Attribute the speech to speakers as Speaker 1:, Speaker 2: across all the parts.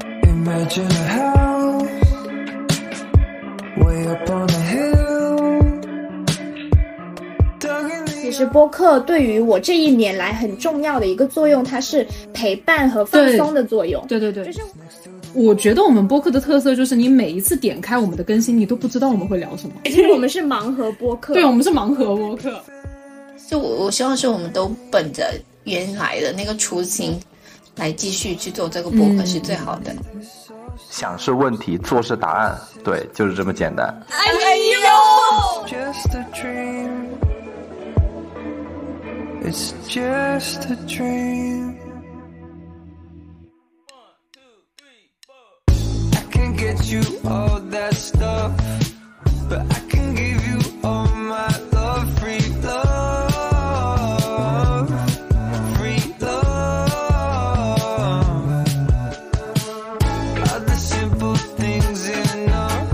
Speaker 1: cottage and a house way up on a hill. Doug and
Speaker 2: 其实播客对于我这一年来很重要的一个作用，它是陪伴和放松的作用。
Speaker 3: 对对对，
Speaker 2: 就是
Speaker 3: 我觉得我们播客的特色就是，你每一次点开我们的更新，你都不知道我们会聊什么。
Speaker 2: 其实我们是盲盒播客，
Speaker 3: 对，我们是盲盒播客。
Speaker 4: 就我我希望是我们都本着原来的那个初心来继续去做这个播客
Speaker 3: 嗯
Speaker 4: 是最好的。
Speaker 5: 想是问题，做是答案，对，就是这么简单。
Speaker 1: just a dream. It's just a dream. I can get you all that stuff, but I can give you all my love, free love, free love. Other simple things enough.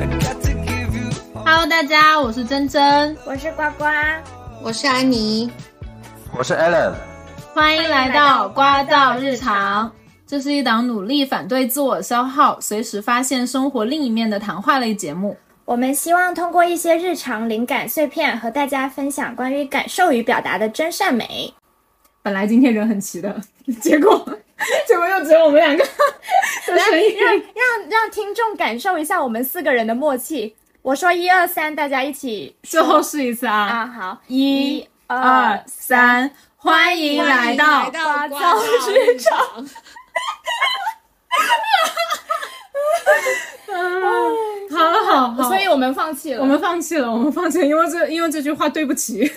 Speaker 1: I got to give you
Speaker 6: Hello，大家，我是珍珍，
Speaker 2: 我是呱呱，
Speaker 4: 我是安妮，
Speaker 5: 我是 Allen，
Speaker 6: 欢迎来到瓜到日常。这是一档努力反对自我消耗，随时发现生活另一面的谈话类节目。
Speaker 2: 我们希望通过一些日常灵感碎片和大家分享关于感受与表达的真善美。
Speaker 3: 本来今天人很齐的， 结果结果又只有我们两个的声音。
Speaker 2: 让让让听众感受一下我们四个人的默契。我说一二三，大家一起
Speaker 3: 最后试一次啊，
Speaker 2: 啊，好，呃
Speaker 3: 一、二、三，欢迎来到
Speaker 2: 到瓜噪市场。
Speaker 3: 好好好，
Speaker 2: 所以我们放弃了。
Speaker 3: 我们放弃了，我们放弃了，因为这因为这句话对不起。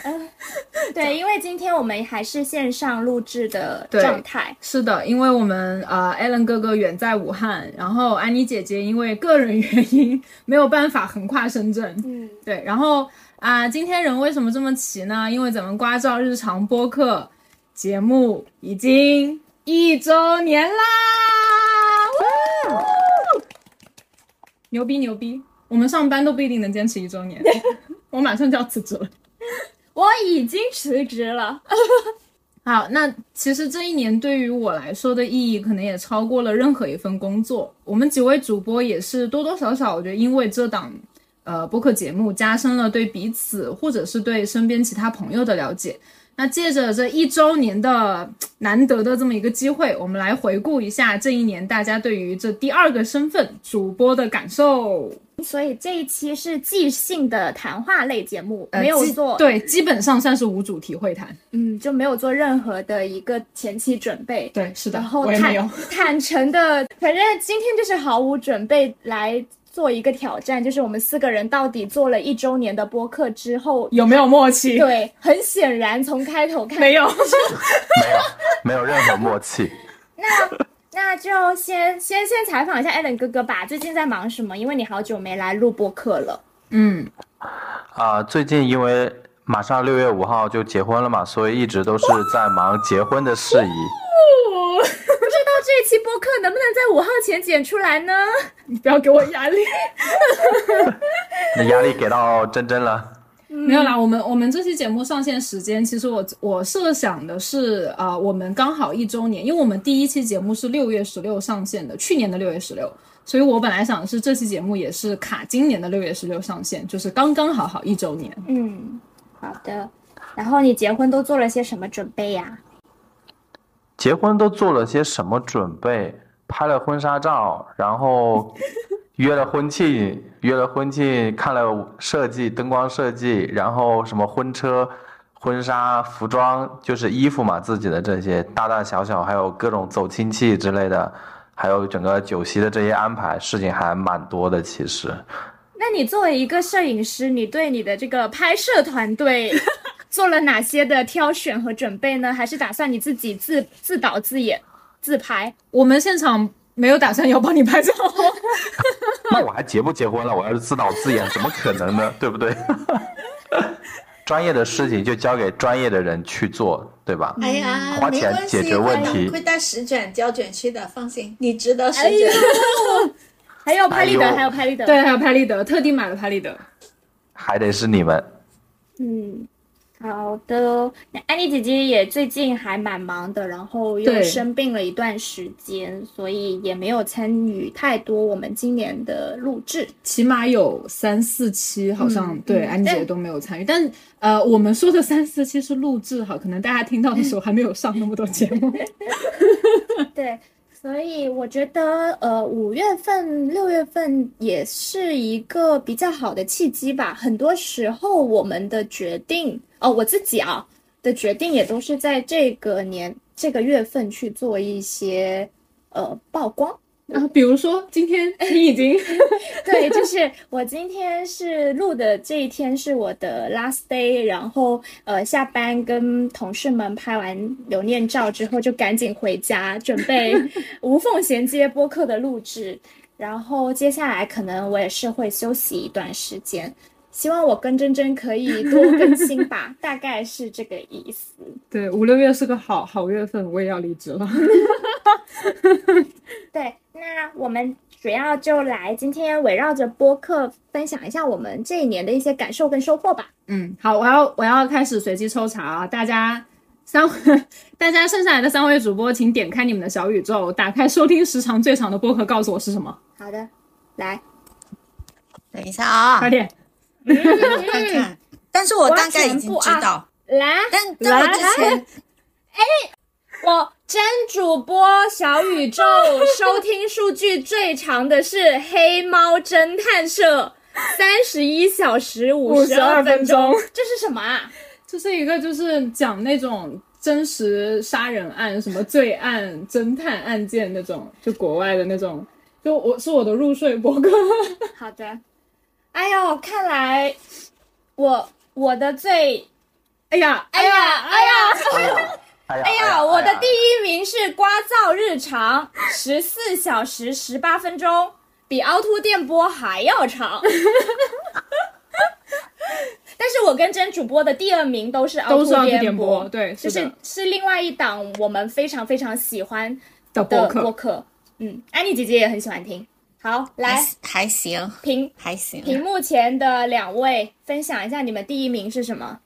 Speaker 2: 对，因为今天我们还是线上录制的
Speaker 3: 对
Speaker 2: 状态。
Speaker 3: 是的，因为我们呃，Allen 哥哥远在武汉，然后安妮姐姐因为个人原因没有办法横跨深圳。嗯，对，然后啊、今天人为什么这么齐呢？因为咱们瓜照日常播客节目已经一周年啦！哇牛逼牛逼！我们上班都不一定能坚持一周 年，我马上就要辞职了。
Speaker 2: 我已经辞职了，
Speaker 3: 好，那其实这一年对于我来说的意义，可能也超过了任何一份工作。我们几位主播也是多多少少，我觉得因为这档呃播客节目，加深了对彼此或者是对身边其他朋友的了解。那借着这一周年的难得的这么一个机会，我们来回顾一下这一年大家对于这第二个身份主播的感受。
Speaker 2: 所以这一期是即兴的谈话类节目，
Speaker 3: 呃
Speaker 2: 没有
Speaker 3: 基
Speaker 2: 做，
Speaker 3: 对，基本上算是无主题会谈。
Speaker 2: 嗯，就没有做任何的一个前期准备。
Speaker 3: 对，是的，
Speaker 2: 然后
Speaker 3: 我也没有
Speaker 2: 坦。坦诚的，反正今天就是毫无准备来做一个挑战，就是我们四个人到底做了一周年的播客之后，
Speaker 3: 有没有默契？
Speaker 2: 对，很显然从开头看
Speaker 3: 没有。
Speaker 5: 没有，没有任何默契。
Speaker 2: 那就先先先采访一下 Allen 哥哥吧，最近在忙什么？因为你好久没来录播客了。
Speaker 3: 嗯，
Speaker 5: 啊、最近因为马上六月五号就结婚了嘛，所以一直都是在忙结婚的事宜。
Speaker 2: 不知道这期播客能不能在五号前剪出来呢？
Speaker 3: 你不要给我压力。
Speaker 5: 那压力给到珍珍了。
Speaker 3: 没有啦，我们我们这期节目上线时间，其实我我设想的是，呃，我们刚好一周年，因为我们第一期节目是六月十六上线的，去年的六月十六，所以我本来想的是这期节目也是卡今年的六月十六上线，就是刚刚好好一周年。
Speaker 2: 嗯，好的。然后你结婚都做了些什么准备呀、
Speaker 5: 结婚都做了些什么准备？拍了婚纱照，然后约了婚庆，约了婚庆，看了设计、灯光设计，然后什么婚车、婚纱、服装，就是衣服嘛，自己的这些大大小小，还有各种走亲戚之类的，还有整个酒席的这些安排，事情还蛮多的。其实，
Speaker 2: 那你作为一个摄影师，你对你的这个拍摄团队 做了哪些的挑选和准备呢？还是打算你自己自自导自演、自拍？
Speaker 3: 我们现场没有打算要帮你拍 照，
Speaker 5: 那我还结不结婚了？我要是自导自演，怎么可能呢？对不对？ 专业的事情就交给专业的人去做，对吧？
Speaker 4: 哎呀
Speaker 5: 花钱解决问题
Speaker 4: 会带十卷胶卷去的，放心，你值得十
Speaker 2: 哎
Speaker 4: 卷。
Speaker 2: 还有拍立得，
Speaker 5: 哎呦
Speaker 2: 还有拍立得。
Speaker 3: 对，还有拍立得，特地买了拍立得。
Speaker 5: 还得是你们。
Speaker 2: 嗯，好的，那安妮姐姐也最近还蛮忙的，然后又
Speaker 3: 对
Speaker 2: 生病了一段时间，所以也没有参与太多我们今年的录制。
Speaker 3: 起码有三四期，好像、
Speaker 2: 嗯
Speaker 3: 对、
Speaker 2: 嗯
Speaker 3: 安妮姐
Speaker 2: 但
Speaker 3: 都没有参与。但呃，我们说的三四期是录制哈，可能大家听到的时候还没有上那么多节目。
Speaker 2: 对，所以我觉得，呃，五月份、六月份也是一个比较好的契机吧。很多时候，我们的决定，哦，我自己啊的决定，也都是在这个年、这个月份去做一些呃曝光。
Speaker 3: 然后比如说今天你已经
Speaker 2: 对，就是我今天是录的这一天是我的 last day，然后呃下班跟同事们拍完留念照之后，就赶紧回家准备无缝衔接播客的录制，然后接下来可能我也是会休息一段时间。希望我跟珍珍可以多更新吧，大概是这个意思。
Speaker 3: 对五六月是个好好月份，我也要离职了。
Speaker 2: 对，那我们主要就来今天围绕着播客分享一下我们这一年的一些感受跟收获吧。
Speaker 3: 嗯，好，我要我要开始随机抽查啊！大家三位 大家剩下来的三位主播，请点开你们的小宇宙，打开收听时长最长的播客，告诉我是什么，
Speaker 2: 好的，来，
Speaker 4: 等一下啊，
Speaker 3: 快点！
Speaker 4: 给我看看。但是我大概已经知道，
Speaker 2: 来，
Speaker 4: 但但我之前
Speaker 2: 我真主播小宇宙收听数据最长的是《黑猫侦探社》，三十一小时五十
Speaker 3: 52
Speaker 2: 分
Speaker 3: 分钟，
Speaker 2: 这是什么啊？
Speaker 3: 这是一个就是讲那种真实杀人案、什么罪案、侦探案件那种，就国外的那种，就我是我的入睡播客。
Speaker 2: 好的，哎呦，看来我我的最，
Speaker 3: 哎 呀，
Speaker 2: 哎呀， 哎呀。
Speaker 5: 哎呀，哎呀，
Speaker 2: 哎呀，我的第一名是刮噪日常，十四小时十八分钟，比凹凸电波还要 长。但是我跟真主播的第二名都是凹
Speaker 3: 都是
Speaker 2: 凸
Speaker 3: 要去
Speaker 2: 电
Speaker 3: 点播，
Speaker 2: 波，
Speaker 3: 对，
Speaker 2: 就是是
Speaker 3: 的
Speaker 2: 是另外一档我们非常非常喜欢的
Speaker 3: 的播
Speaker 2: 播
Speaker 3: 客。
Speaker 2: 客。嗯，安妮姐姐也很喜欢听。好，来
Speaker 4: 还还行，
Speaker 2: 屏
Speaker 4: 还行。
Speaker 2: 屏幕前的两位分享一下你们第一名是什么？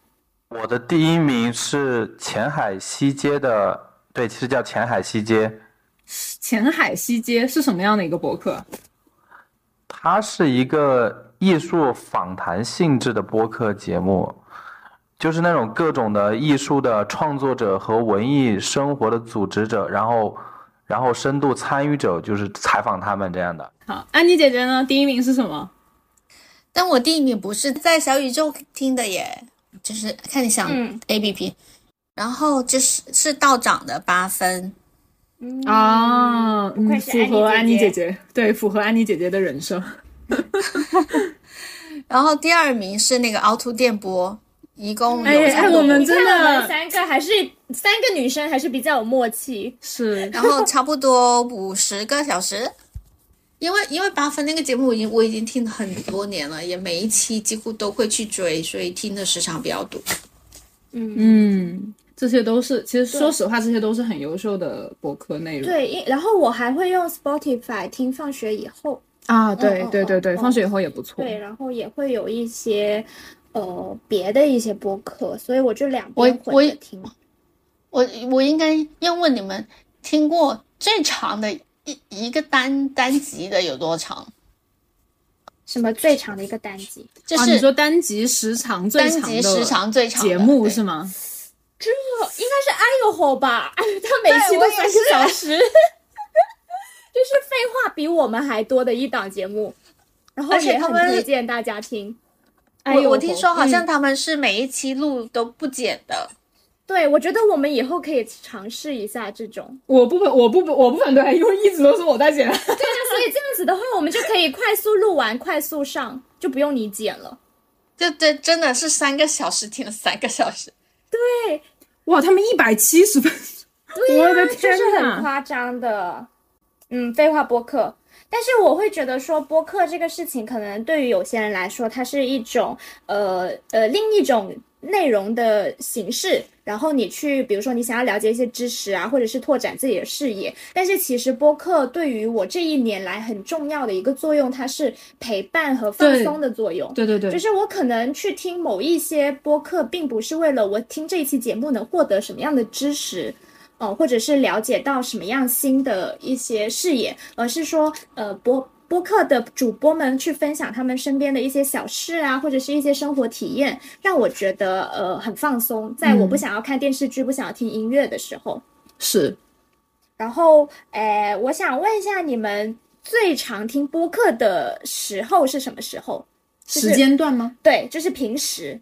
Speaker 5: 我的第一名是前海西街的，对，其实叫前海西街，
Speaker 3: 前海西街是什么样的一个播客？
Speaker 5: 它是一个艺术访谈性质的播客节目，就是那种各种的艺术的创作者和文艺生活的组织者，然后，然后深度参与者就是采访他们这样的。
Speaker 3: 好，安妮姐姐呢？第一名是什么？
Speaker 4: 但我第一名不是在小宇宙听的耶，就是看你想
Speaker 2: 嗯
Speaker 4: A P P，、然后就是是道长的八分，
Speaker 3: 啊，
Speaker 2: 不愧
Speaker 3: 嗯，
Speaker 2: 是
Speaker 3: 符合
Speaker 2: 安
Speaker 3: 安
Speaker 2: 妮
Speaker 3: 妮
Speaker 2: 姐
Speaker 3: 姐姐，对，符合安妮姐姐的人设。
Speaker 4: 然后第二名是那个凹凸电波，一共有
Speaker 3: 哎
Speaker 4: 差
Speaker 3: 哎，
Speaker 4: 不多
Speaker 3: 我们
Speaker 2: 你看
Speaker 3: 真
Speaker 2: 我们
Speaker 3: 的
Speaker 2: 三个还是三个女生还是比较有默契。
Speaker 3: 是
Speaker 4: 然后差不多五十个小时。因为因为八分那个节目，我已经我已经听了很多年了，也每一期几乎都会去追，所以听的时长比较多。
Speaker 3: 嗯，这些都是，其实说实话，这些都是很优秀的博客内容。
Speaker 2: 对，因然后我还会用 Spotify 听放学以后，
Speaker 3: 啊，对
Speaker 2: 嗯
Speaker 3: 对
Speaker 2: 嗯
Speaker 3: 对对，
Speaker 2: 嗯
Speaker 3: 放学以后也不错。啊
Speaker 2: 对，然后也会有一些呃别的一些播客，所以我就两
Speaker 4: 我
Speaker 2: 边
Speaker 4: 我
Speaker 2: 混着听。
Speaker 4: 我我应该要问你们，听过最长的一一个单单集的有多长？
Speaker 2: 什么最长的一个单集？
Speaker 4: 就
Speaker 3: 啊，你
Speaker 4: 是
Speaker 3: 说单集时长最
Speaker 4: 单
Speaker 3: 长的
Speaker 4: 集时长最长的
Speaker 3: 节目
Speaker 4: 对
Speaker 3: 是吗？
Speaker 2: 哦，应该是哎呦吼吧， 哎呦，他每期
Speaker 4: 我
Speaker 2: 都
Speaker 4: 也
Speaker 2: 三个
Speaker 4: 是
Speaker 2: 小时， 就是废话比我们还多的一档节目，然后
Speaker 4: 而且
Speaker 2: 也
Speaker 4: 他
Speaker 2: 很
Speaker 4: 们
Speaker 2: 推荐大家听。
Speaker 3: 哎呦
Speaker 4: 我我听说好
Speaker 3: 嗯
Speaker 4: 像他们是每一期录都不剪的，
Speaker 2: 对，我觉得我们以后可以尝试一下这种。
Speaker 3: 我不反，我不我不反对，因为一直都是我在剪。
Speaker 2: 那所以这样子的话，我们就可以快速录完，快速上，就不用你剪了。
Speaker 4: 就真真的是三个小时听了三个小时。
Speaker 3: 哇，他们一百七十分钟，我的
Speaker 2: 就
Speaker 3: 天
Speaker 2: 啊是很
Speaker 3: 呐！
Speaker 2: 夸张的。嗯，废话播客。但是我会觉得说，播客这个事情，可能对于有些人来说，它是一种呃呃另一种内容的形式。然后你去，比如说你想要了解一些知识啊，或者是拓展自己的视野。但是其实播客对于我这一年来很重要的一个作用，它是陪伴和放松的作用。
Speaker 3: 对对对，
Speaker 2: 就是我可能去听某一些播客，并不是为了我听这一期节目能获得什么样的知识，哦、或者是了解到什么样新的一些视野，而是说，呃，播播客的主播们去分享他们身边的一些小事啊，或者是一些生活体验，让我觉得呃很放松。在我不想要看电视剧、不想要听音乐的时候，
Speaker 3: 是
Speaker 2: 然后，呃，我想问一下你们最常听播客的时候是什么时候？就是
Speaker 3: 时间段吗？
Speaker 2: 对，就是平时。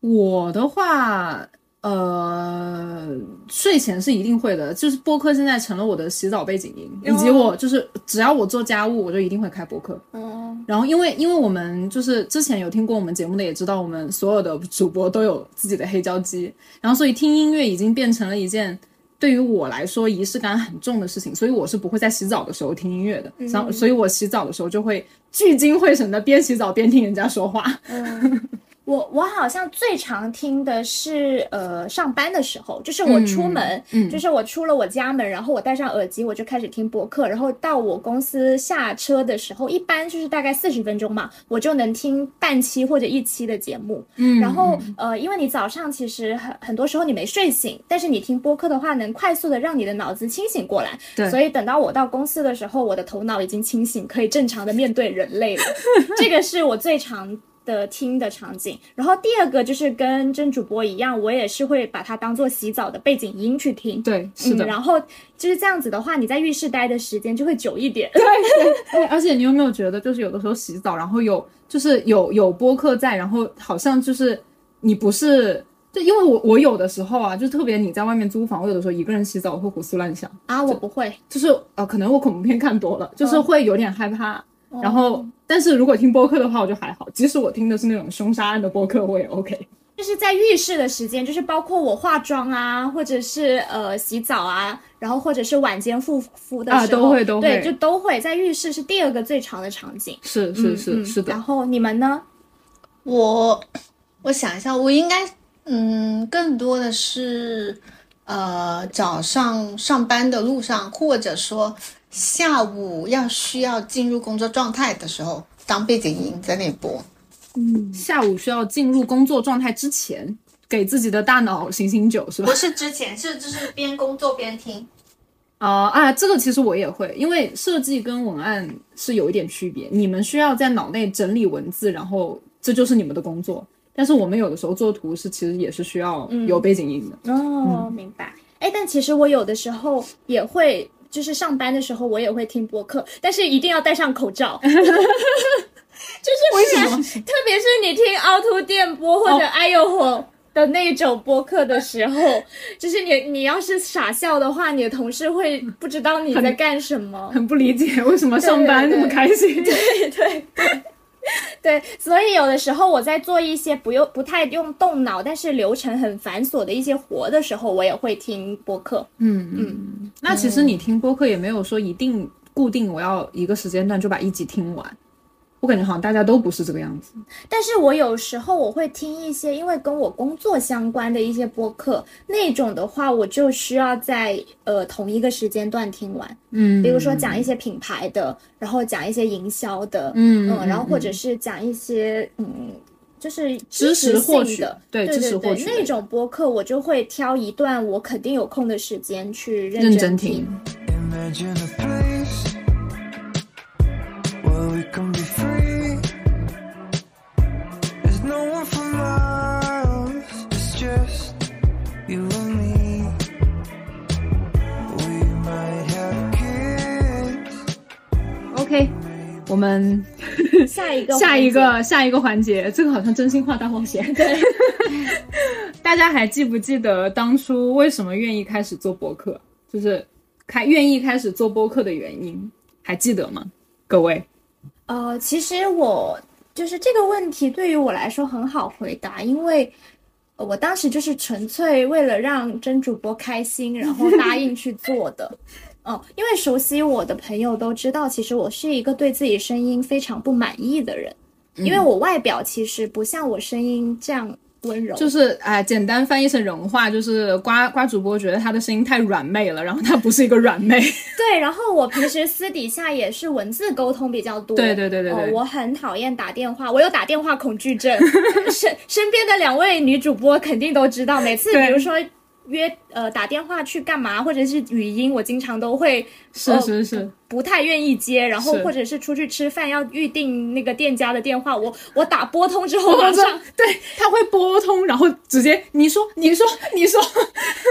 Speaker 3: 我的话，呃，睡前是一定会的，就是播客现在成了我的洗澡背景音，以
Speaker 2: 哦
Speaker 3: 及我就是只要我做家务，我就一定会开播客。
Speaker 2: 嗯，
Speaker 3: 然后因为因为我们就是之前有听过我们节目的也知道，我们所有的主播都有自己的黑胶机，然后所以听音乐已经变成了一件。对于我来说，仪式感很重的事情，所以我是不会在洗澡的时候听音乐的。
Speaker 2: 嗯
Speaker 3: 然后，所以我洗澡的时候就会聚精会神的边洗澡边听人家说话。
Speaker 2: 我我好像最常听的是呃上班的时候，就是我出门，就是我出了我家门，然后我戴上耳机，我就开始听播客，然后到我公司下车的时候，一般就是大概四十分钟嘛，我就能听半期或者一期的节目。
Speaker 3: 嗯
Speaker 2: 然后呃，因为你早上其实很很多时候你没睡醒，但是你听播客的话，能快速的让你的脑子清醒过来。
Speaker 3: 对
Speaker 2: 所以等到我到公司的时候，我的头脑已经清醒，可以正常的面对人类了。这个是我最常。的听的场景，然后第二个就是跟真主播一样，我也是会把它当做洗澡的背景音去听。
Speaker 3: 对，是的
Speaker 2: 嗯，。然后就是这样子的话，你在浴室待的时间就会久一点。
Speaker 3: 哎，而且你有没有觉得，就是有的时候洗澡，然后有就是有有播客在，然后好像就是你不是，就因为我我有的时候啊，就特别你在外面租房，我有的时候一个人洗澡我会胡思乱想，
Speaker 2: 啊，我不会，
Speaker 3: 就是呃，可能我恐怖片看多了，就是会有点害怕。然后，但是如果听播客的话，我就还好。即使我听的是那种凶杀案的播客，我也 OK。
Speaker 2: 就是在浴室的时间，就是包括我化妆啊，或者是呃洗澡啊，然后或者是晚间护肤的时候，
Speaker 3: 啊都会都会
Speaker 2: 对，就都会在浴室是第二个最长的场景。
Speaker 3: 是是
Speaker 2: 嗯
Speaker 3: 是
Speaker 2: 嗯
Speaker 3: 是的
Speaker 2: 然，后你们呢？
Speaker 4: 我我想一下，我应该嗯，更多的是呃早上上班的路上，或者说下午要需要进入工作状态的时候，当背景音在那里播。
Speaker 3: 下午需要进入工作状态之前，给自己的大脑醒醒酒，是吧？
Speaker 4: 不是之前是就是边工作边听，
Speaker 3: 啊、啊，这个其实我也会，因为设计跟文案是有一点区别。你们需要在脑内整理文字，然后这就是你们的工作。但是我们有的时候做图是其实也是需要有背景音的。
Speaker 2: 哦，明白。哎，但其实我有的时候也会，就是上班的时候我也会听播客，但是一定要戴上口罩。 就是不然，特别是你听凹凸电波或者哎呦火的那种播客的时候，就是你你要是傻笑的话，你的同事会不知道你在干什么。
Speaker 3: 很不理解 为什么上班
Speaker 2: 对
Speaker 3: 那么开心，
Speaker 2: 对对对对，所以有的时候我在做一些不用不太用动脑，但是流程很繁琐的一些活的时候，我也会听播客。
Speaker 3: 嗯嗯。那其实你听播客也没有说一定固定，我要一个时间段就把一集听完。我感觉好像大家都不是这个样子。
Speaker 2: 但是我有时候我会听一些，因为跟我工作相关的一些播客，那种的话，我就需要在呃同一个时间段听完。
Speaker 3: 嗯
Speaker 2: 比如说讲一些品牌的，然后讲一些营销的，
Speaker 3: 嗯嗯
Speaker 2: 然后或者是讲一些嗯，就是
Speaker 3: 知识
Speaker 2: 性
Speaker 3: 获取
Speaker 2: 的，
Speaker 3: 对
Speaker 2: 对
Speaker 3: 知识
Speaker 2: 对
Speaker 3: 获取
Speaker 2: 那种播客，我就会挑一段我肯定有空的时间去认
Speaker 3: 认
Speaker 2: 真
Speaker 3: 真听。
Speaker 1: Imagine a place where we can be free. There's no one for miles, it's just you and me. We might have kids.
Speaker 3: OK，我们
Speaker 2: 下一个
Speaker 3: 下
Speaker 2: 环
Speaker 3: 一
Speaker 2: 节
Speaker 3: 个下一个环节，这个好像真心话大冒险。 对，大家还记不记得当初为什么愿意开始做播客？就是开愿意开始做播客的原因，还记得吗？各位，
Speaker 2: 呃，其实我就是这个问题对于我来说很好回答，因为呃我当时就是纯粹为了让真主播开心，然后答应去做的。哦，因为熟悉我的朋友都知道，其实我是一个对自己声音非常不满意的人，因为我外表其实不像我声音这样温柔，
Speaker 3: 就是哎、简单翻译成人话，就是瓜瓜主播觉得他的声音太软妹了，然后他不是一个软妹。
Speaker 2: 对，然后我平时私底下也是文字沟通比较多。
Speaker 3: 对对对对对
Speaker 2: 哦我很讨厌打电话，我有打电话恐惧症。 身身边的两位女主播肯定都知道，每次
Speaker 3: 对
Speaker 2: 比如说约呃打电话去干嘛，或者是语音，我经常都会哦
Speaker 3: 是是是，
Speaker 2: 不太愿意接，然后
Speaker 3: 是
Speaker 2: 或者是出去吃饭要预定那个店家的电话，我我打拨通之后
Speaker 3: 我
Speaker 2: 马
Speaker 3: 保证
Speaker 2: 上，
Speaker 3: 对他会拨通，然后直接你说你说你说，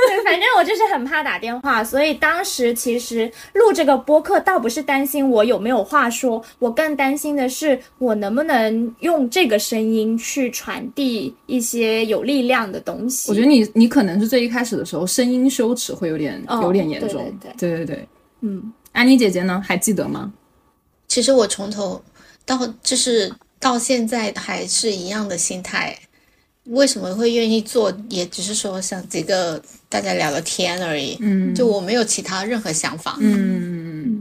Speaker 2: 对， 反正我就是很怕打电话，所以当时其实录这个播客倒不是担心我有没有话说，我更担心的是我能不能用这个声音去传递一些有力量的东西。
Speaker 3: 我觉得你你可能是最一开始的时候声音羞耻会有点、
Speaker 2: 哦
Speaker 3: 有点严重，
Speaker 2: 对
Speaker 3: 对对对嗯，安妮姐姐呢还记得吗？
Speaker 4: 其实我从头到就是到现在还是一样的心态。为什么会愿意做，也只是说想几个大家聊聊天而已。嗯，就我没有其他任何想法。嗯，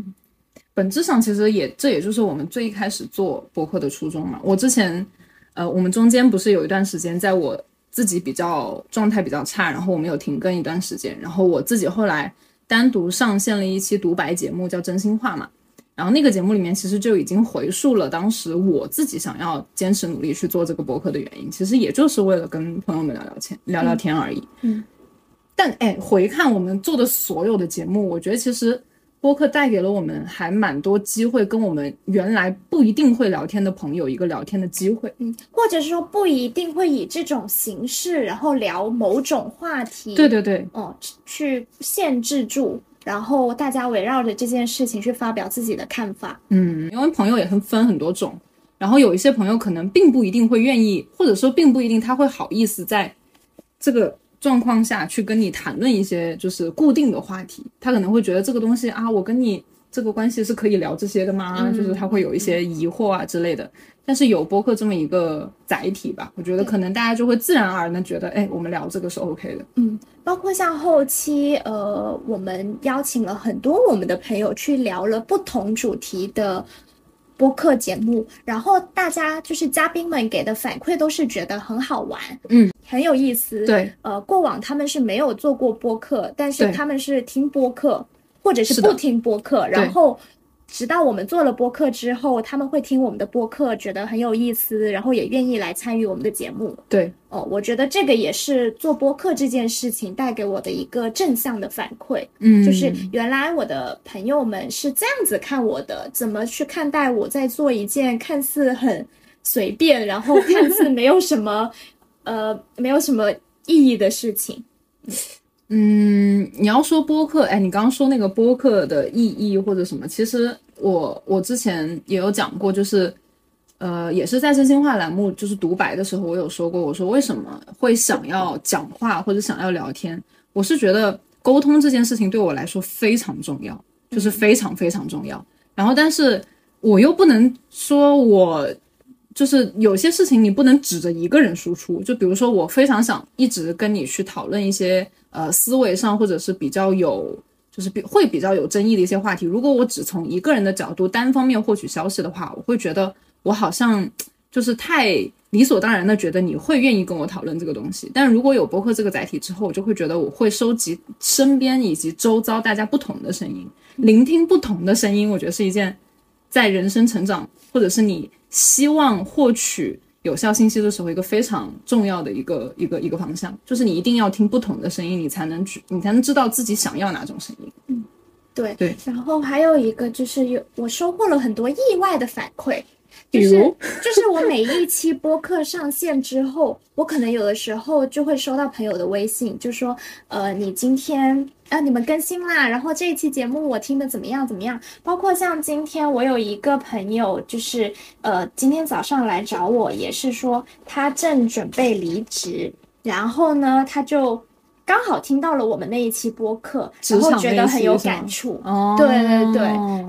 Speaker 3: 本质上其实也这也就是我们最一开始做博客的初衷嘛。我之前，呃，我们中间不是有一段时间，在我自己比较状态比较差，然后我们有停更一段时间，然后我自己后来单独上线了一期独白节目，叫《真心话》嘛。然后那个节目里面其实就已经回述了当时我自己想要坚持努力去做这个博客的原因，其实也就是为了跟朋友们聊聊天、聊聊天而已。嗯。但哎，回看我们做的所有的节目，我觉得其实播客带给了我们还蛮多机会，跟我们原来不一定会聊天的朋友一个聊天的机会。
Speaker 2: 嗯，或者是说不一定会以这种形式，然后聊某种话题。
Speaker 3: 对对对，
Speaker 2: 哦，去限制住，然后大家围绕着这件事情去发表自己的看法。
Speaker 3: 嗯，因为朋友也很分很多种，然后有一些朋友可能并不一定会愿意，或者说并不一定他会好意思在这个状况下去跟你谈论一些就是固定的话题，他可能会觉得这个东西啊，我跟你这个关系是可以聊这些的吗？就是他会有一些疑惑啊之类的。但是有播客这么一个载体吧，我觉得可能大家就会自然而然的觉得，哎，我们聊这个是 OK 的。
Speaker 2: 包括像后期，呃，我们邀请了很多我们的朋友去聊了不同主题的播客节目，然后大家就是嘉宾们给的反馈都是觉得很好玩，
Speaker 3: 嗯，
Speaker 2: 很有意思。，
Speaker 3: 对，
Speaker 2: 呃，过往他们是没有做过播客，但是
Speaker 3: 对
Speaker 2: 他们是听播客，或者是
Speaker 3: 是的
Speaker 2: 不听播客，然后。直到我们做了播客之后，他们会听我们的播客，觉得很有意思，然后也愿意来参与我们的节目。
Speaker 3: 对，
Speaker 2: 哦，我觉得这个也是做播客这件事情带给我的一个正向的反馈，
Speaker 3: 嗯，
Speaker 2: 就是原来我的朋友们是这样子看我的，怎么去看待我在做一件看似很随便，然后看似没有什么呃没有什么意义的事情。
Speaker 3: 嗯，你要说播客，哎，你刚刚说那个播客的意义或者什么，其实我我之前也有讲过，就是呃，也是在真心话栏目就是独白的时候，我有说过，我说为什么会想要讲话或者想要聊天，我是觉得沟通这件事情对我来说非常重要，就是非常非常重要。然后，但是我又不能说我就是有些事情你不能指着一个人输出，就比如说我非常想一直跟你去讨论一些呃思维上或者是比较有就是比会比较有争议的一些话题。如果我只从一个人的角度单方面获取消息的话，我会觉得我好像就是太理所当然的觉得你会愿意跟我讨论这个东西。但如果有博客这个载体之后，我就会觉得我会收集身边以及周遭大家不同的声音，聆听不同的声音，我觉得是一件在人生成长或者是你希望获取有效信息的时候，一个非常重要的一个一个一个方向，就是你一定要听不同的声音，你才能去，你才能知道自己想要哪种声音。
Speaker 2: 对
Speaker 3: 对
Speaker 2: 然后还有一个就是有我收获了很多意外的反馈，就
Speaker 3: 比
Speaker 2: 是
Speaker 3: 如
Speaker 2: 就是我每一期播客上线之后，我可能有的时候就会收到朋友的微信，就说呃你今天啊你们更新啦，然后这一期节目我听的怎么样怎么样，包括像今天我有一个朋友就是呃今天早上来找我，也是说他正准备离职，然后呢他就。刚好听到了我们那一期播客，然
Speaker 3: 职
Speaker 2: 后
Speaker 3: 场
Speaker 2: 觉得
Speaker 3: 那一
Speaker 2: 很
Speaker 3: 期
Speaker 2: 有
Speaker 3: 是吗
Speaker 2: 感触，
Speaker 3: 哦
Speaker 2: 对对对，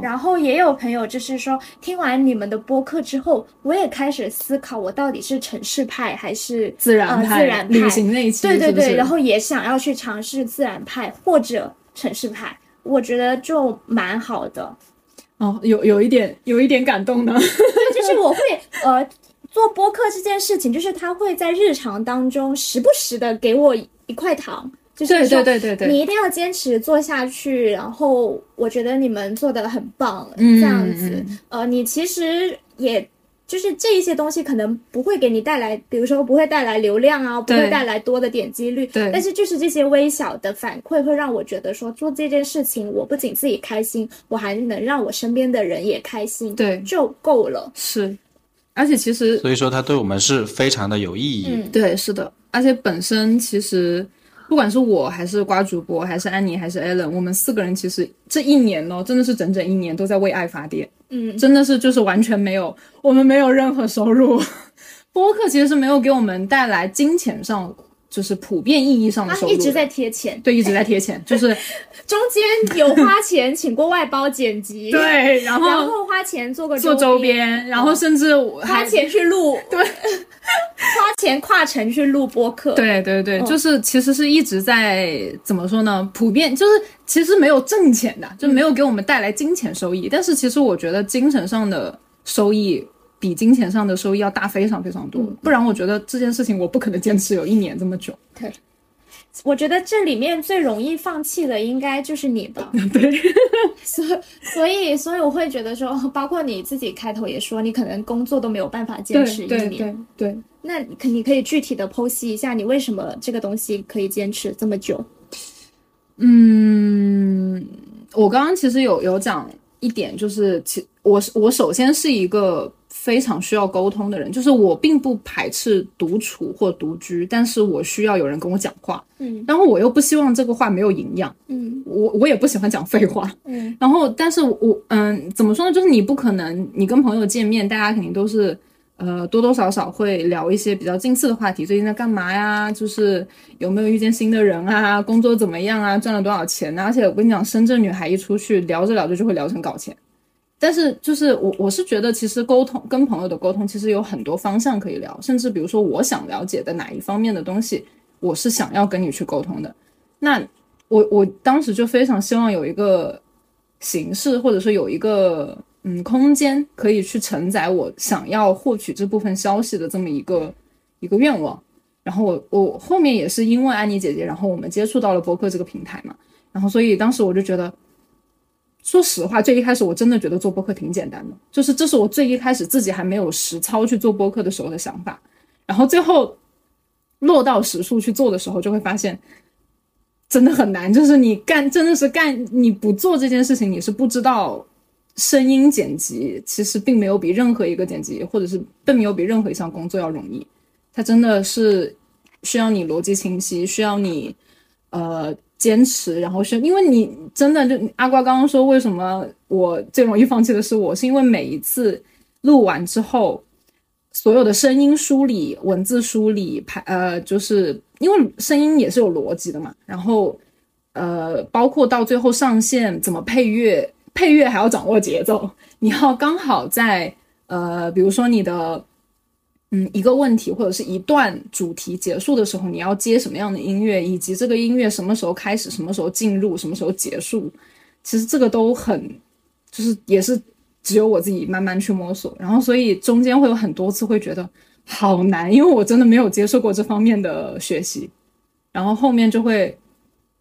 Speaker 2: 然后也有朋友就是说，听完你们的播客之后，我也开始思考，我到底是城市派还是
Speaker 3: 自然派、
Speaker 2: 呃、自然派？
Speaker 3: 旅行那一期，
Speaker 2: 对对
Speaker 3: 是不
Speaker 2: 对，
Speaker 3: 是
Speaker 2: 然后也想要去尝试自然派或者城市派。我觉得就蛮好 的。
Speaker 3: 哦，有有一点有一点感动呢。
Speaker 2: 就是我会呃做播客这件事情，就是他会在日常当中时不时的给我一块糖，就是
Speaker 3: 对
Speaker 2: 说
Speaker 3: 对对对对
Speaker 2: 你一定要坚持做下去。然后我觉得你们做的很棒，
Speaker 3: 嗯
Speaker 2: 这样子。
Speaker 3: 嗯
Speaker 2: 呃，你其实也。就是这一些东西可能不会给你带来，比如说不会带来流量啊，不
Speaker 3: 对
Speaker 2: 会带来多的点击率，
Speaker 3: 对
Speaker 2: 但是就是这些微小的反馈会让我觉得说做这件事情，我不仅自己开心，我还能让我身边的人也开心，
Speaker 3: 对
Speaker 2: 就够了。
Speaker 3: 是，而且其实
Speaker 7: 所以说它对我们是非常的有意义。
Speaker 2: 嗯
Speaker 3: 对，是的，而且本身其实不管是我还是瓜主播，还是安妮，还是 Allen，我们四个人其实这一年哦，真的是整整一年都在为爱发电，
Speaker 2: 嗯
Speaker 3: 真的是就是完全没有，我们没有任何收入。 播客其实是没有给我们带来金钱上，就是普遍意义上的
Speaker 2: 啊
Speaker 3: 收，入的、
Speaker 2: 一直在贴钱，
Speaker 3: 对一直在贴钱， 就是
Speaker 2: 中间有花钱请过外包剪辑，，
Speaker 3: 对，
Speaker 2: 然
Speaker 3: 然后
Speaker 2: 后花钱做个
Speaker 3: 做周
Speaker 2: 周
Speaker 3: 边，然后
Speaker 2: 嗯
Speaker 3: 甚至我还
Speaker 2: 花钱去录，对， 花钱跨城去录播客，，
Speaker 3: 对对对，就是其实是一直在怎么说呢？普遍就是其实没有挣钱的，就没有给我们带来金钱收益。但是其实我觉得精神上的收益比金钱上的收益要大非常非常多。不然我觉得这件事情我不可能坚持有一年这么久。
Speaker 2: 我觉得这里面最容易放弃的应该就是你吧，
Speaker 3: 对，
Speaker 2: 所以所以我会觉得说， 哦包括你自己开头也说，你可能工作都没有办法坚持一
Speaker 3: 对
Speaker 2: 年，
Speaker 3: 对对。
Speaker 2: 那你可你可以具体的剖析一下，你为什么这个东西可以坚持这么久？
Speaker 3: 嗯，我刚刚其实有有讲一点，就是其我是我首先是一个非常需要沟通的人，就是我并不排斥独处或独居，但是我需要有人跟我讲话，
Speaker 2: 嗯
Speaker 3: 然后我又不希望这个话没有营养，
Speaker 2: 嗯
Speaker 3: 我我也不喜欢讲废话，
Speaker 2: 嗯
Speaker 3: 然后，但是我嗯，怎么说呢？就是你不可能，你跟朋友见面，大家肯定都是呃多多少少会聊一些比较近似的话题，最近在干嘛呀？就是有没有遇见新的人啊？工作怎么样啊？赚了多少钱啊？而且我跟你讲，深圳女孩一出去聊着聊着就会聊成搞钱。但是就是我我是觉得，其实沟通跟朋友的沟通，其实有很多方向可以聊，甚至比如说我想了解的哪一方面的东西，我是想要跟你去沟通的。那我我当时就非常希望有一个形式，或者说有一个嗯空间，可以去承载我想要获取这部分消息的这么一个一个愿望。然后我我后面也是因为安妮姐姐，然后我们接触到了博客这个平台嘛，然后所以当时我就觉得，说实话，最一开始我真的觉得做播客挺简单的，就是这是我最一开始自己还没有实操去做播客的时候的想法，然后最后落到实处去做的时候，就会发现真的很难，就是你干真的是干你不做这件事情，你是不知道声音剪辑其实并没有比任何一个剪辑或者是并没有比任何一项工作要容易，它真的是需要你逻辑清晰，需要你呃坚持，然后是因为你真的就阿瓜刚刚说为什么我最容易放弃的是我，是因为每一次录完之后，所有的声音梳理、文字梳理、排呃，就是因为声音也是有逻辑的嘛，然后呃，包括到最后上线怎么配乐，配乐还要掌握节奏，你要刚好在呃，比如说你的。嗯，一个问题或者是一段主题结束的时候，你要接什么样的音乐，以及这个音乐什么时候开始，什么时候进入，什么时候结束，其实这个都很，就是也是只有我自己慢慢去摸索。然后，所以中间会有很多次会觉得好难，因为我真的没有接受过这方面的学习。然后后面就会，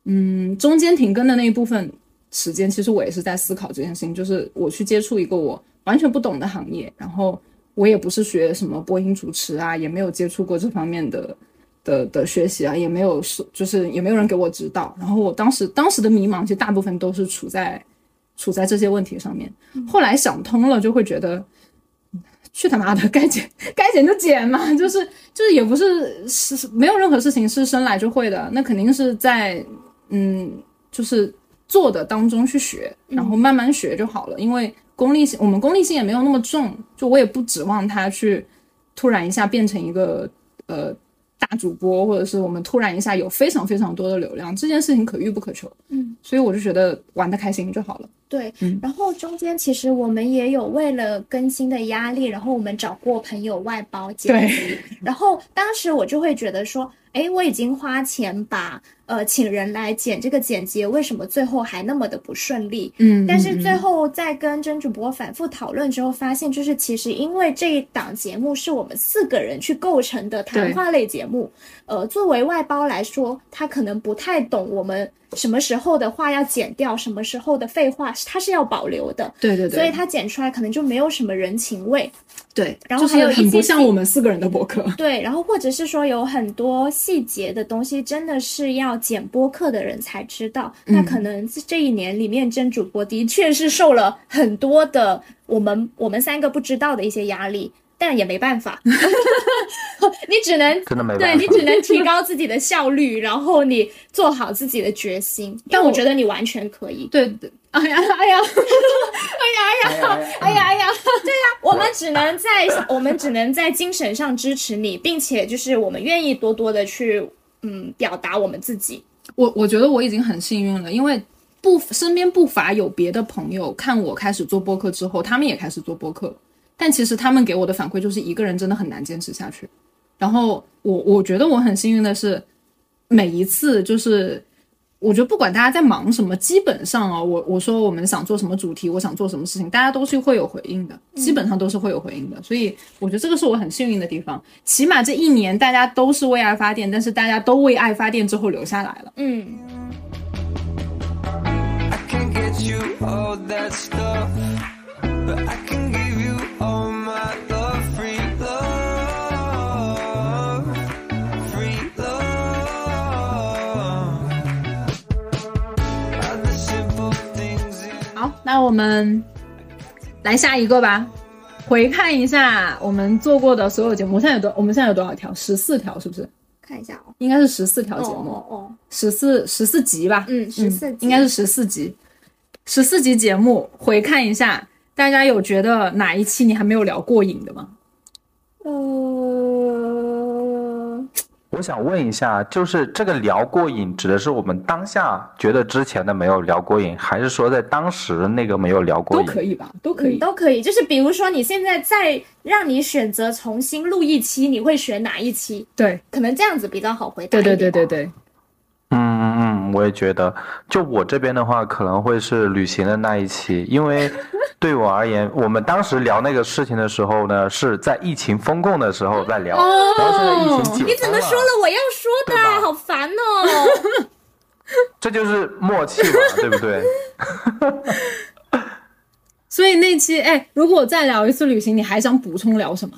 Speaker 3: 嗯，中间停更的那一部分时间，其实我也是在思考这件事情，就是我去接触一个我完全不懂的行业，然后我也不是学什么播音主持啊，也没有接触过这方面的的的学习啊，也没有是就是也没有人给我指导。然后我当时当时的迷茫，其实大部分都是处在处在这些问题上面。后来想通了，就会觉得。嗯去他妈的， 该减该减就减嘛，就是就是也不是是是没有任何事情是生来就会的，那肯定是在嗯就是做的当中去学，然后慢慢学就好了。因为功利性，我们功利性也没有那么重，就我也不指望他去突然一下变成一个呃大主播，或者是我们突然一下有非常非常多的流量，这件事情可遇不可求。
Speaker 2: 嗯，
Speaker 3: 所以我就觉得玩的开心就好了。
Speaker 2: 对，
Speaker 3: 嗯
Speaker 2: 然后中间其实我们也有为了更新的压力，然后我们找过朋友外包剪辑，然后当时我就会觉得说，哎，我已经花钱把呃请人来剪这个剪辑，为什么最后还那么的不顺利？
Speaker 3: 嗯
Speaker 2: 但是最后在跟甄主播反复讨论之后，发现就是其实因为这一档节目是我们四个人去构成的谈话类节目，呃，作为外包来说，他可能不太懂我们什么时候的话要剪掉，什么时候的废话他是要保留的，
Speaker 3: 对对对，
Speaker 2: 所以他剪出来可能就没有什么人情味。
Speaker 3: 对，
Speaker 2: 然后
Speaker 3: 就
Speaker 2: 还有
Speaker 3: 是
Speaker 2: 一
Speaker 3: 很
Speaker 2: 些
Speaker 3: 不像我们四个人的博客。
Speaker 2: 对，然后或者是说有很多细节的东西，真的是要剪播客的人才知道。那可能是这一年里面，真主播的确是受了很多的我们我们三个不知道的一些压力，但也没办法，你只能
Speaker 5: 真的没
Speaker 2: 对
Speaker 5: 办法
Speaker 2: 你。只能提高自己的效率，然后你做好自己的决心。但我觉得你完全可以。
Speaker 3: 对，对哎呀哎呀，
Speaker 2: 哎呀哎呀，对呀、我们只能在我们只能在精神上支持你，并且就是我们愿意多多的去嗯表达我们自己。
Speaker 3: 我我觉得我已经很幸运了，因为不身边不乏有别的朋友看我开始做播客之后，他们也开始做播客，但其实他们给我的反馈就是一个人真的很难坚持下去。然后我我觉得我很幸运的是，每一次就是我觉得不管大家在忙什么，基本上啊、我我说我们想做什么主题，我想做什么事情，大家都是会有回应的，基本上都是会有回应的。所以我觉得这个是我很幸运的地方，起码这一年大家都是为爱发电，但是大家都为爱发电之后留下来了。
Speaker 2: 嗯，
Speaker 1: I can get you all that stuff, but I can give you all my love, free love, free love. All the simple things in
Speaker 3: 好，那我们来下一个吧。回看一下我们做过的所有节目，现在有多？我们现在有多少条？十四条是不是？
Speaker 2: 看一下哦，
Speaker 3: 应该是十四条
Speaker 2: 哦
Speaker 3: 节目，
Speaker 2: 哦哦，
Speaker 3: 十四十四集吧？
Speaker 2: 嗯14集
Speaker 3: 应该是十四集，十四集节目回看一下，大家有觉得哪一期你还没有聊过瘾的吗？
Speaker 2: 呃，
Speaker 5: 我想问一下，就是这个聊过瘾，指的是我们当下觉得之前的没有聊过瘾，还是说在当时那个没有聊过
Speaker 3: 都
Speaker 5: 瘾？
Speaker 3: 可以吧，都可以
Speaker 2: 嗯，。都可以。就是比如说，你现在再让你选择重新录一期，你会选哪一期？
Speaker 3: 对
Speaker 2: 可能这样子比较好回答
Speaker 3: 对
Speaker 2: 一点
Speaker 3: 对
Speaker 2: 吧。
Speaker 3: 对对对，
Speaker 5: 嗯嗯，我也觉得。就我这边的话，可能会是旅行的那一期，因为对我而 言，我们当时聊那个事情的时候呢，是在疫情封控的时候在聊，然后现在疫情解
Speaker 2: 哦
Speaker 5: 啊
Speaker 2: 你怎么说了我要说
Speaker 5: 对
Speaker 2: 的？
Speaker 5: 吧
Speaker 2: 好烦哦。
Speaker 5: 这就是默契嘛，对 不对？
Speaker 3: 所以那期哎，如果再聊一次旅行，你还想补充聊什么？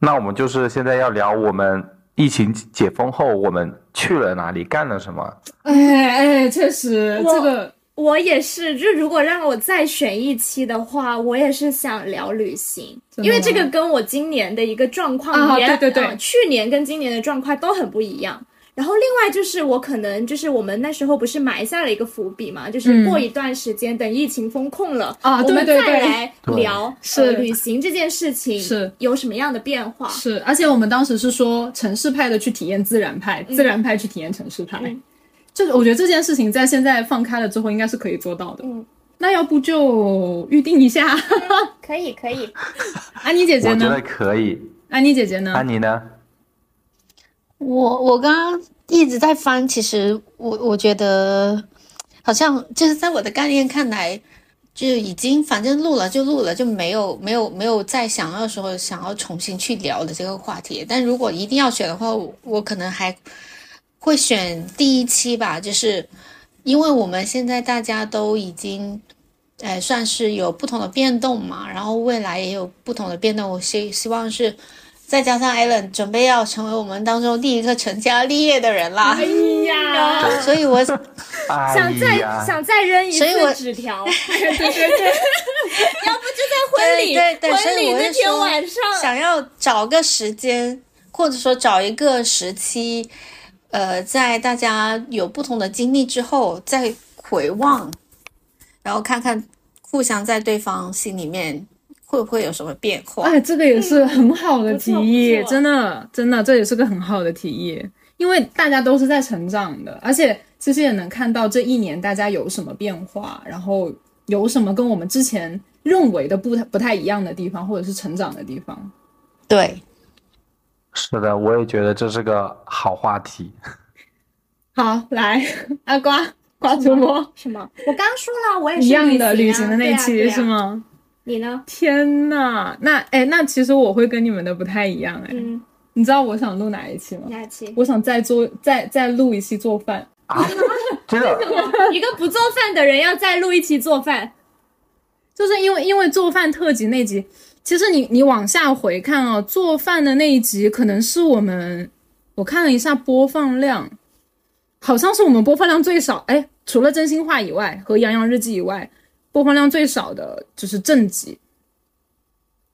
Speaker 5: 那我们就是现在要聊我们疫情解封后我们去了哪里，干了什么。
Speaker 3: 哎哎，确实
Speaker 2: 我
Speaker 3: 这个。
Speaker 2: 我也是，就如果让我再选一期的话，我也是想聊旅行，
Speaker 3: 真的吗
Speaker 2: 因为这个跟我今年的一个状况
Speaker 3: 啊
Speaker 2: 也、
Speaker 3: 对对对
Speaker 2: 呃去年跟今年的状况都很不一样。然后另外就是我可能就是我们那时候不是埋下了一个伏笔嘛，就是
Speaker 3: 嗯
Speaker 2: 过一段时间等疫情风控了，
Speaker 3: 啊
Speaker 2: 我们
Speaker 3: 对对
Speaker 2: 再
Speaker 3: 对
Speaker 2: 来聊
Speaker 3: 是
Speaker 2: 呃旅行这件事情
Speaker 3: 是
Speaker 2: 有什么样的变化。
Speaker 3: 是，而且我们当时是说城市派的去体验自然派，自然派去体验城市派。
Speaker 2: 嗯
Speaker 3: 就是我觉得这件事情在现在放开了之后，应该是可以做到的。
Speaker 2: 嗯，
Speaker 3: 那要不就预定一下，
Speaker 2: 可以可以，
Speaker 3: 安妮姐姐
Speaker 5: 我觉
Speaker 3: 呢
Speaker 5: 得？可以。
Speaker 3: 安妮姐姐呢
Speaker 5: 安？妮呢？
Speaker 4: 我我刚刚一直在翻，其实我我觉得好像就是在我的概念看来，就已经反正录了就录了，就没有没有没有再想要说想要重新去聊的这个话题。但如果一定要选的话，我我可能还会选第一期吧，就是因为我们现在大家都已经。呃，算是有不同的变动嘛，然后未来也有不同的变动。我希希望是再加上 Allen 准备要成为我们当中第一个成家立业的人啦，
Speaker 2: 哎呀，
Speaker 3: 啊
Speaker 4: 所以我
Speaker 5: 哎
Speaker 2: 想再
Speaker 5: 呀，
Speaker 2: 想再扔一
Speaker 4: 所以我
Speaker 2: 次纸条，对对对，要不就在婚礼
Speaker 4: 对对对所
Speaker 2: 婚
Speaker 4: 以
Speaker 2: 礼
Speaker 4: 我
Speaker 2: 那
Speaker 4: 是
Speaker 2: 天
Speaker 4: 说
Speaker 2: 晚上，
Speaker 4: 想要找个时间，或者说找一个时期，呃，在大家有不同的经历之后再回望，然后看看互相在对方心里面会不会有什么变化。
Speaker 3: 哎，这个也是很好的
Speaker 2: 不
Speaker 3: 提
Speaker 2: 错
Speaker 3: 议，
Speaker 2: 嗯不错
Speaker 3: 真的真的，这也是个很好的提议，因为大家都是在成长的，而且其实也能看到这一年大家有什么变化，然后有什么跟我们之前认为的不太不太一样的地方，或者是成长的地方。
Speaker 4: 对，
Speaker 5: 是的，我也觉得这是个好话题。
Speaker 3: 好，来 阿瓜瓜主播
Speaker 2: 什么？我刚说了，我也是
Speaker 3: 一样的
Speaker 2: 旅
Speaker 3: 旅
Speaker 2: 行
Speaker 3: 行
Speaker 2: 啊
Speaker 3: 的那
Speaker 2: 对啊
Speaker 3: 期
Speaker 2: 对啊
Speaker 3: 是吗？
Speaker 2: 你呢？
Speaker 3: 天呐，那哎，那其实我会跟你们的不太一样哎。
Speaker 2: 嗯，
Speaker 3: 你知道我想录哪一期吗？
Speaker 2: 哪期？
Speaker 3: 我想再做再再录一期做饭。
Speaker 5: 真的，
Speaker 2: 一个不做饭的人要再录一期做饭，
Speaker 3: 就是因为因为做饭特辑那集，其实你你往下回看哦，做饭的那一集可能是我们，我看了一下播放量，好像是我们播放量最少，哎，除了真心话以外和洋洋日记以外，播放量最少的就是正集。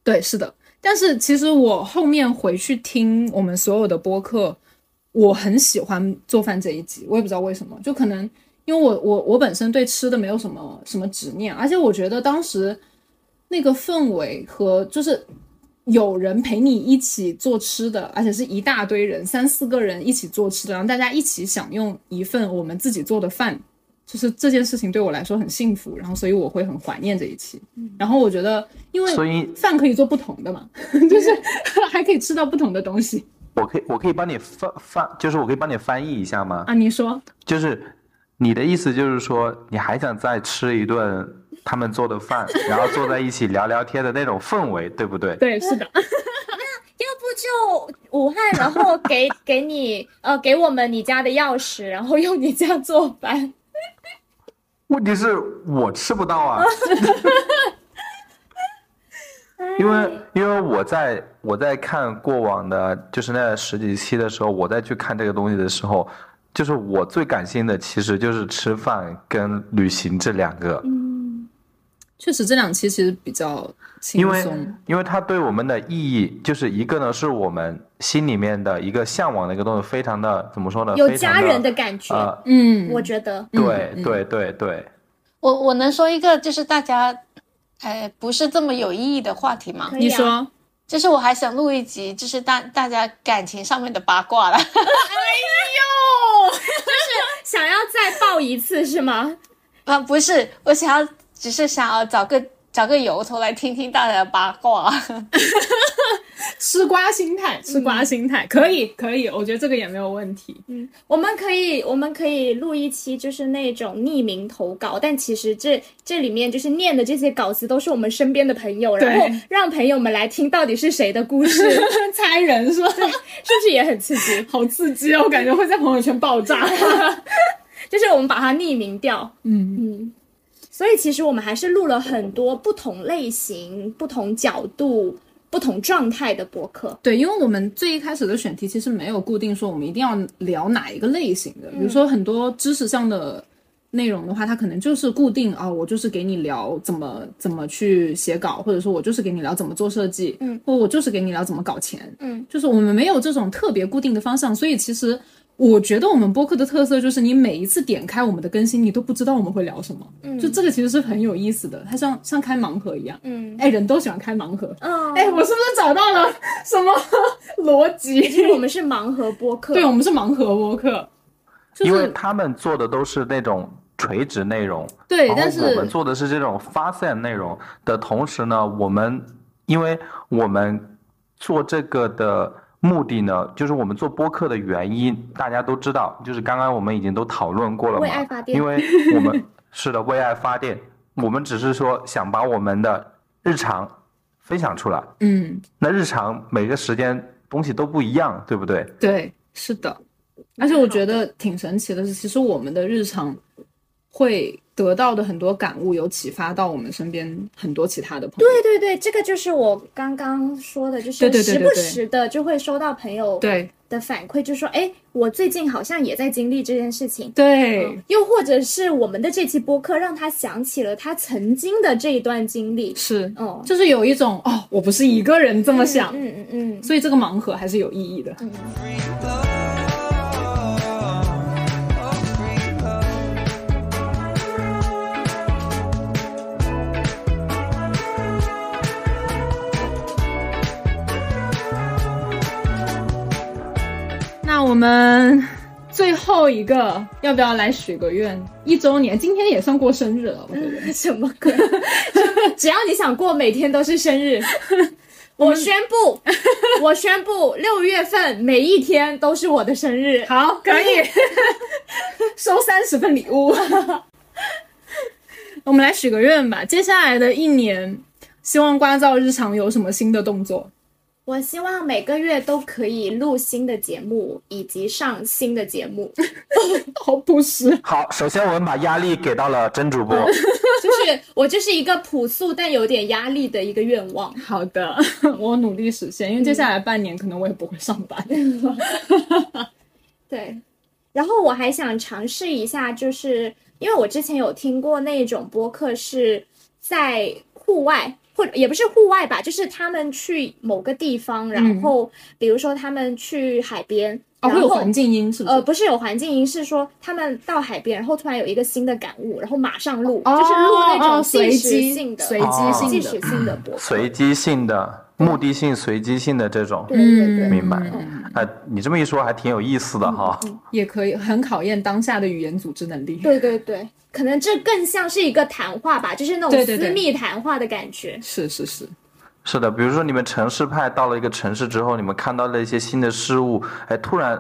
Speaker 3: 对，是的。但是其实我后面回去听我们所有的播客，我很喜欢做饭这一集，我也不知道为什么，就可能因为我我我本身对吃的没有什么什么执念，而且我觉得当时那个氛围和就是有人陪你一起做吃的，而且是一大堆人，三四个人一起做吃的，然后大家一起享用一份我们自己做的饭，就是这件事情对我来说很幸福，然后所以我会很怀念这一期。然后我觉得，因为
Speaker 5: 所以
Speaker 3: 饭可以做不同的嘛， 就是还可以吃到不同的东西
Speaker 5: 我可以我可以帮你翻翻，就是我可以帮你翻译一下吗？
Speaker 3: 啊。你说，
Speaker 5: 就是你的意思就是说，你还想再吃一顿他们做的 饭，然后坐在一起聊聊天的那种氛围，对不对？
Speaker 3: 对，是的，
Speaker 2: 要不就武汉，然后 给给你呃给我们你家的钥匙，然后用你家做饭。
Speaker 5: 问题是我吃不到啊，
Speaker 2: 哎
Speaker 5: 因
Speaker 2: 嗯
Speaker 5: 为因为我在我在看过往的，就是那十几期的时候，我再去看这个东西的时候，就是我最感性的其实就是吃饭跟旅行这两个，
Speaker 2: 嗯
Speaker 3: 确实这两期其实比较轻
Speaker 5: 因为
Speaker 3: 松。
Speaker 5: 因为它对我们的意义，就是一个呢是我们心里面的一个向往的一个东西，非常的怎么说呢？
Speaker 2: 有
Speaker 5: 呃非常
Speaker 2: 家人的感觉，嗯
Speaker 5: 呃，
Speaker 3: 嗯，
Speaker 2: 我觉得。
Speaker 5: 对对对对，
Speaker 4: 我我能说一个就是大家，哎，不是这么有意义的话题吗？
Speaker 2: 可以
Speaker 3: 你
Speaker 2: 啊
Speaker 3: 说，
Speaker 4: 就是我还想录一集，就是大大家感情上面的八卦啦。
Speaker 2: 哎 想要再爆一次是吗？
Speaker 4: 啊，不是，我想要，只是想要找个找个由头来听听大家的八卦。
Speaker 3: 吃瓜心态，吃瓜心态、可以可以，我觉得这个也没有问题。
Speaker 2: 我们可以，我们可以录一期，就是那种匿名投稿，但其实这这里面就是念的这些稿子都是我们身边的朋友，
Speaker 3: 对
Speaker 2: 然后让朋友们来听到底是谁的故事， 是
Speaker 3: 猜人是吧？
Speaker 2: 不是也很刺激？
Speaker 3: 好刺激哦，我感觉会在朋友圈爆炸。
Speaker 2: 就是我们把它匿名掉，
Speaker 3: 嗯
Speaker 2: 嗯，所以其实我们还是录了很多不同类型、不同角度、不同状态的博客。
Speaker 3: 对，因为我们最一开始的选题其实没有固定说我们一定要聊哪一个类型的，
Speaker 2: 嗯
Speaker 3: 比如说很多知识上的内容的话，它可能就是固定啊、我就是给你聊怎么怎么去写稿，或者说我就是给你聊怎么做设计，
Speaker 2: 嗯，
Speaker 3: 或者我就是给你聊怎么搞钱，
Speaker 2: 嗯，
Speaker 3: 就是我们没有这种特别固定的方向，所以其实我觉得我们播客的特色就是你每一次点开我们的更新，你都不知道我们会聊什么，嗯，就这个其实是很有意思的，它像像开盲盒一样，
Speaker 2: 嗯
Speaker 3: 哎，人都喜欢开盲盒，
Speaker 2: 嗯，
Speaker 3: 哎，我是不是找到了什么 逻
Speaker 2: 其实我
Speaker 3: 辑？
Speaker 2: 们是盲盒播客，
Speaker 3: 对，我们是盲盒播客，就
Speaker 5: 因为
Speaker 3: 是
Speaker 5: 他们做的都是那种垂直内容，
Speaker 3: 对
Speaker 5: 然，后
Speaker 3: 但
Speaker 5: 我们
Speaker 3: 是
Speaker 5: 做的是这种发散内容的同时呢，我们因为我们做这个的目的呢，就是我们做播客的原因，大家都知道，就是刚刚我们已经都讨论过了嘛，
Speaker 2: 为爱发电
Speaker 5: 因为我们 是的，为爱发电，我们只是说想把我们的日常分享出来。
Speaker 3: 嗯，
Speaker 5: 那日常每个时间东西都不一样，对不对？
Speaker 3: 对，是的。而且我觉得挺神奇嗯的是，其实我们的日常会得到的很多感悟，有启发到我们身边很多其他的朋友。
Speaker 2: 对对对，这个就是我刚刚说的，就是
Speaker 3: 对对对
Speaker 2: 时
Speaker 3: 对
Speaker 2: 不
Speaker 3: 对
Speaker 2: 时的就会收到朋友
Speaker 3: 对
Speaker 2: 的反馈，就说哎，我最近好像也在经历这件事情。
Speaker 3: 对
Speaker 2: 嗯又或者是我们的这期播客让他想起了他曾经的这一段经历。
Speaker 3: 是，
Speaker 2: 哦
Speaker 3: 就是有一种哦，我不是一个人这么想，
Speaker 2: 嗯嗯嗯，
Speaker 3: 所以这个盲盒还是有意义的。那我们最后一个要不要来许个愿？一周年，今天也算过生 日了，我觉得。
Speaker 2: 什么鬼？只要你想过每天都是生日，我宣布，我宣布，六月份每一天都是我的生日。
Speaker 3: 好，可 以收三十份礼物。 我们来许个愿吧，接下来的一年，希望瓜噪日常有什么新的动作？
Speaker 2: 我希望每个月都可以录新的节目，以及上新的节目。
Speaker 3: 好朴实，
Speaker 5: 好，首先我们把压力给到了真 主播，
Speaker 2: 就是我就是一个朴素但有点压力的一个愿望。
Speaker 3: 好的，我努力实现，因为接下来半年可能我也不会上班。
Speaker 2: 嗯对，然后我还想尝试一下，就是因为我之前有听过那种播客是在户外。或者也不是户外吧，就是他们去某个地方，然后比如说他们去海边，
Speaker 3: 嗯哦，
Speaker 2: 然
Speaker 3: 会有
Speaker 2: 后
Speaker 3: 环境音是不是？
Speaker 2: 呃，不是有环境音，是说他们到海边，然后突然有一个新的感悟，然后马上录，
Speaker 3: 哦
Speaker 2: 就是录那
Speaker 3: 哦
Speaker 2: 种
Speaker 3: 随
Speaker 2: 即
Speaker 3: 机
Speaker 2: 时性的、
Speaker 3: 随
Speaker 5: 机性的
Speaker 2: 即时性的播。
Speaker 5: 随机性的、目的性、随机性的这
Speaker 3: 嗯
Speaker 5: 种，
Speaker 2: 对对嗯对，嗯
Speaker 5: 明白？哎，你这么一说还挺有意思的哈。
Speaker 3: 也可以，很考验当下的语言组织能力。
Speaker 2: 对对对，可能这更像是一个谈话吧，就是那
Speaker 3: 对
Speaker 2: 种
Speaker 3: 对对
Speaker 2: 私密谈话的感觉。
Speaker 3: 是是是，
Speaker 5: 是的，比如说你们城市派到了一个城市之后，你们看到了一些新的事物，哎，突然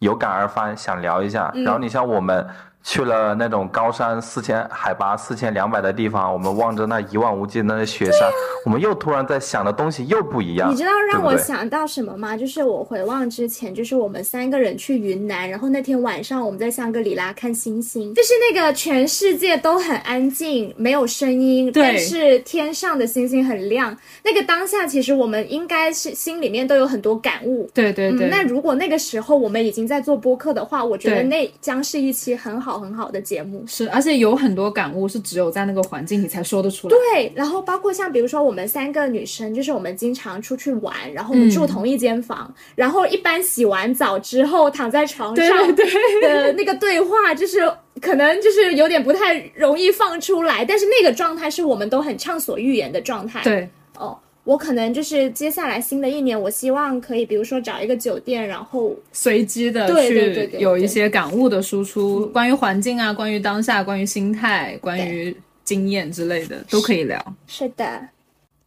Speaker 5: 有感而发，想聊一下。
Speaker 2: 嗯
Speaker 5: 然后你像我们去了那种高山四千海拔四千两百的地方，我们望着那一望无际的那雪山，我们又突然在想的东西又不一样。
Speaker 2: 你知道让
Speaker 5: 对不
Speaker 2: 我
Speaker 5: 对
Speaker 2: 想到什么吗？就是我回望之前，就是我们三个人去云南，然后那天晚上我们在香格里拉看星星，就是那个全世界都很安静，没有声音，
Speaker 3: 对
Speaker 2: 但是天上的星星很亮。那个当下，其实我们应该是心里面都有很多感悟。
Speaker 3: 对对对。
Speaker 2: 嗯，那如果那个时候我们已经在做播客的话，我觉得
Speaker 3: 对
Speaker 2: 那将是一期很好很好的节目。
Speaker 3: 是，而且有很多感悟是只有在那个环境你才说得出来。
Speaker 2: 对，然后包括像比如说我们三个女生，就是我们经常出去玩，然后我们住同一间房，嗯然后一般洗完澡之后躺在床上
Speaker 3: 对对
Speaker 2: 的那个对话，就是可能就是有点不太容易放出来，但是那个状态是我们都很畅所欲言的状态。
Speaker 3: 对
Speaker 2: 哦。我可能就是接下来新的一年，我希望可以，比如说找一个酒店，然后
Speaker 3: 随机的
Speaker 2: 对对对
Speaker 3: 去
Speaker 2: 对对嗯
Speaker 3: 有一些感悟的输出，关于环境啊，关于当下，关于心态，关于经验之类的都可以聊。
Speaker 2: 是的，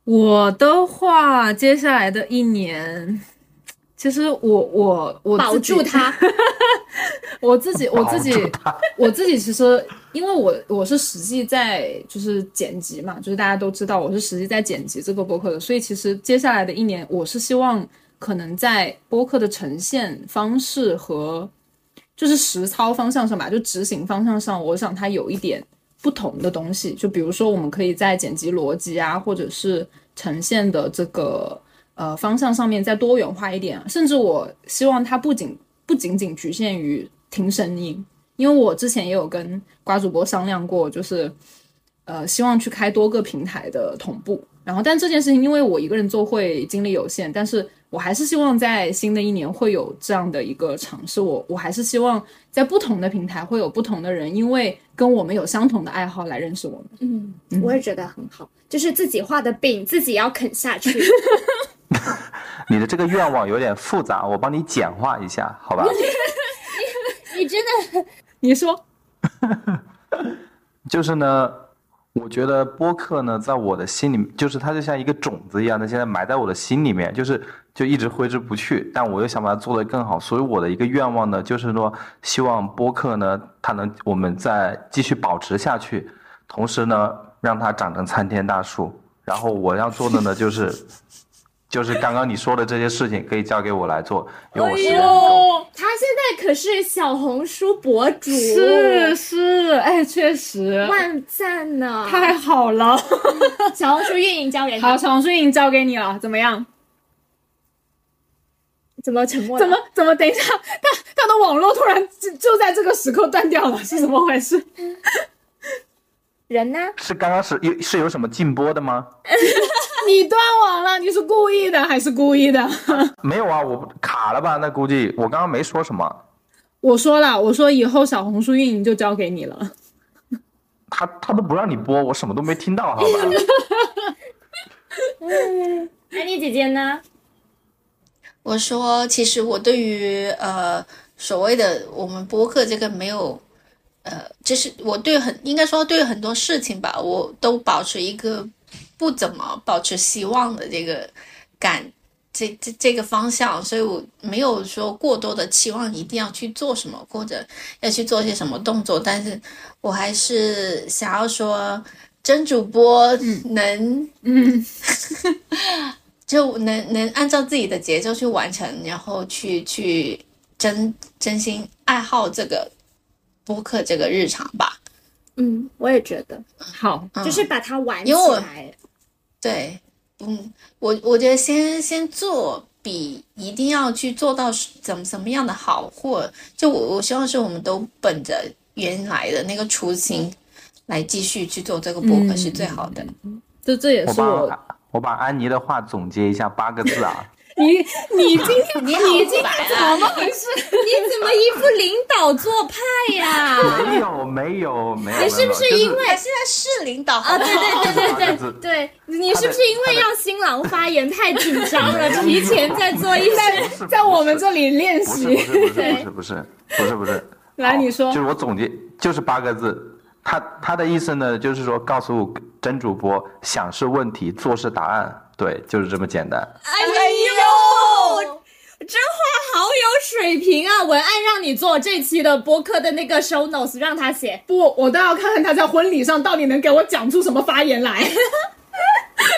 Speaker 3: 我的话，接下来的一年，其实我我我
Speaker 2: 保
Speaker 3: 自己
Speaker 2: 住， 它。
Speaker 3: 我自己我自己
Speaker 5: 保住它
Speaker 3: 我自己其实，因为我我是实际在就是剪辑嘛，就是大家都知道我是实际在剪辑这个播客的，所以其实接下来的一年，我是希望可能在播客的呈现方式和就是实操方向上吧，就执行方向上，我想它有一点不同的东西。就比如说，我们可以在剪辑逻辑啊，或者是呈现的这个呃方向上面再多元化一点啊、甚至我希望它不仅不仅仅局限于听声音，因为我之前也有跟瓜主播商量过，就是呃希望去开多个平台的同步。然后，但这件事情因为我一个人做会精力有限，但是我还是希望在新的一年会有这样的一个尝试。我我还是希望在不同的平台会有不同的人，因为跟我们有相同的爱好来认识我们。
Speaker 2: 嗯，我也觉得很好，就是自己画的饼自己要啃下去。
Speaker 5: 你的这个愿望有点复杂，我帮你简化一下， 好吧？
Speaker 2: 你真的
Speaker 3: 你说
Speaker 5: 就是呢，我觉得播客呢，在我的心里，就是它就像一个种子一样，它现在埋在我的心里面，就是就一直挥之不去。但我又想把它做得更好，所以我的一个愿望呢，就是说，希望播客呢，它能我们再继续保持下去，同时呢，让它长成参天大树。然后我要做的呢，就是就是刚刚你说的这些事情，可以交给我来做，因为我时间不够。
Speaker 3: 哎
Speaker 2: 他现在可是小红书博主，
Speaker 3: 是是，哎，确实
Speaker 2: 万赞呢、
Speaker 3: 啊太好了。
Speaker 2: 小红书运营交给
Speaker 3: 好，
Speaker 2: 他，
Speaker 3: 小红书已经交给你了，怎么样？
Speaker 2: 怎么沉默了？
Speaker 3: 怎么怎么？等一下， 他他的网络突然就就在这个时刻断掉了， 是怎么回事？
Speaker 2: 人呢？
Speaker 5: 是刚刚是有是有什么禁播的吗？
Speaker 3: 你断网了，你是故意的还是故意的？
Speaker 5: 没有啊，我卡了吧？那估计我刚刚没说什么。
Speaker 3: 我说了，我说以后小红书运营就交给你了。
Speaker 5: 他他都不让你播，我什么都没听 到，好吧？
Speaker 2: 安妮姐姐呢？
Speaker 4: 我说，其实我对于呃所谓的我们播客这个没有，呃，就是我对很应该说对很多事情吧，我都保持一个不怎么保持希望的这个感这这这个方向，所以我没有说过多的期望一定要去做什么，或者要去做些什么动作，但是我还是想要说，真主播能，
Speaker 3: 嗯，
Speaker 4: 就能能按照自己的节奏去完成，然后去去真真心爱好这个播客这个日常吧。
Speaker 8: 嗯，我也觉得，
Speaker 3: 好，
Speaker 4: 嗯
Speaker 8: 就是把它玩起
Speaker 4: 因为我
Speaker 8: 来。
Speaker 4: 对，嗯，我我觉得先先做比一定要去做到是怎么怎么样的好，或就我我希望是我们都本着原来的那个初心来继续去做这个播
Speaker 2: 嗯
Speaker 4: 客是最好的。
Speaker 3: 这这也
Speaker 5: 我
Speaker 3: 是我
Speaker 5: 把我把安妮的话总结一下八个 字啊，
Speaker 3: 你你今天
Speaker 4: 你好
Speaker 3: 今天
Speaker 4: 白
Speaker 3: 怎
Speaker 4: 啊
Speaker 3: 么回事？
Speaker 2: 你怎么一副领导做派呀、
Speaker 5: 没有没有没有，
Speaker 2: 你是不
Speaker 5: 没有
Speaker 2: 是因为
Speaker 4: 他现在是领导好
Speaker 2: 啊？
Speaker 4: 不
Speaker 2: 对
Speaker 4: 好？
Speaker 2: 对对
Speaker 5: 八个
Speaker 2: 对
Speaker 5: 字
Speaker 2: 对对，你是不是因为要新郎发言太紧张了，
Speaker 5: 没有
Speaker 2: 提前在做一些？
Speaker 5: 就是
Speaker 3: 在我们这里练
Speaker 5: 不是
Speaker 3: 习
Speaker 5: 不，是不是不是不是不是不是，
Speaker 3: 来
Speaker 5: 好
Speaker 3: 你说
Speaker 5: 就是我总结就是八个字，他他的意思呢就是说告诉真主播想是问题，做是答案，对，就是这么简单。
Speaker 2: 哎呦，这话好有水平啊！文案让你做这期的播客的那个 show notes，让他写。
Speaker 3: 不，我倒要看看他在婚礼上到底能给我讲出什么发言来。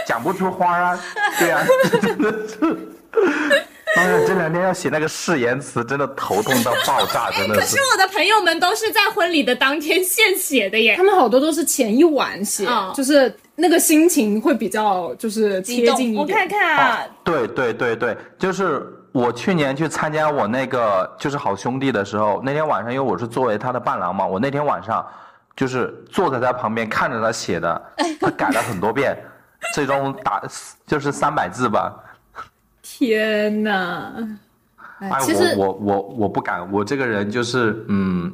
Speaker 5: 讲不出花 啊，对啊， 真的是。哎呀，这两天要写那个誓言词，真的头痛到爆炸，真的
Speaker 2: 哎可是。
Speaker 5: 是
Speaker 2: 我的朋友们都是在婚礼的当天现写的耶
Speaker 3: 他。们好多都是前一晚写，
Speaker 2: 嗯
Speaker 3: 就是那个心情会比较就是贴近一
Speaker 8: 我看
Speaker 3: 点。
Speaker 8: 看啊，
Speaker 5: 对对对对，就是我去年去参加我那个就是好兄弟的时候，那天晚上因为我是作为他的伴郎嘛，我那天晚上就是坐在他旁边看着他写的，他改了很多遍，最终打就是三百字吧。
Speaker 3: 天呐，哎
Speaker 5: 哎
Speaker 3: 其实，
Speaker 5: 我我我我不敢，我这个人就是嗯，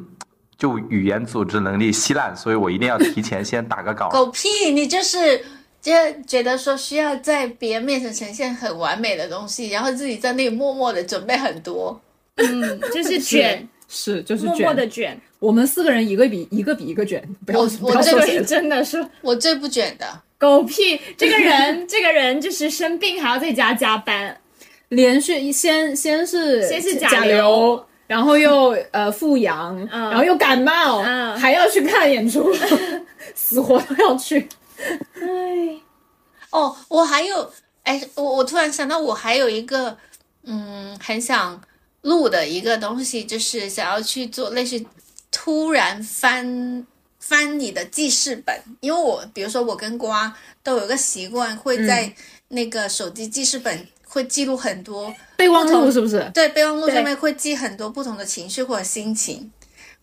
Speaker 5: 就语言组织能力稀烂，所以我一定要提前先打 个稿。
Speaker 4: 狗屁！你就是就觉得说需要在别人面前呈现很完美的东西，然后自己在那里默默的准备很多。
Speaker 8: 嗯，就是卷，
Speaker 3: 是 就是
Speaker 8: 默
Speaker 3: 卷
Speaker 8: 默的卷。
Speaker 3: 我们四个人一个比一个比一个卷，不要
Speaker 4: 我
Speaker 3: 不要
Speaker 4: 我这
Speaker 3: 说
Speaker 4: 个
Speaker 3: 谁
Speaker 4: 人
Speaker 2: 真的是
Speaker 4: 我最不卷的，
Speaker 2: 狗屁！这个人，这个人就是生病还要在家加班，
Speaker 3: 连续先先是
Speaker 2: 先是
Speaker 3: 甲
Speaker 2: 甲
Speaker 3: 流
Speaker 2: 流，
Speaker 3: 然后又呃复阳，
Speaker 2: 嗯
Speaker 3: 然后又感冒，
Speaker 2: 嗯
Speaker 3: 还要去看演 出，死活都要去。哎
Speaker 4: 哦，我还有，哎，我我突然想到，我还有一个，嗯，很想录的一个东西，就是想要去做类似突然翻翻你的记事本，因为我比如说我跟瓜都有个习惯，会在那个手机记事本会记录很多，
Speaker 3: 备忘录是不是？
Speaker 4: 对，备忘录
Speaker 8: 对
Speaker 4: 上面会记很多不同的情绪或者心情，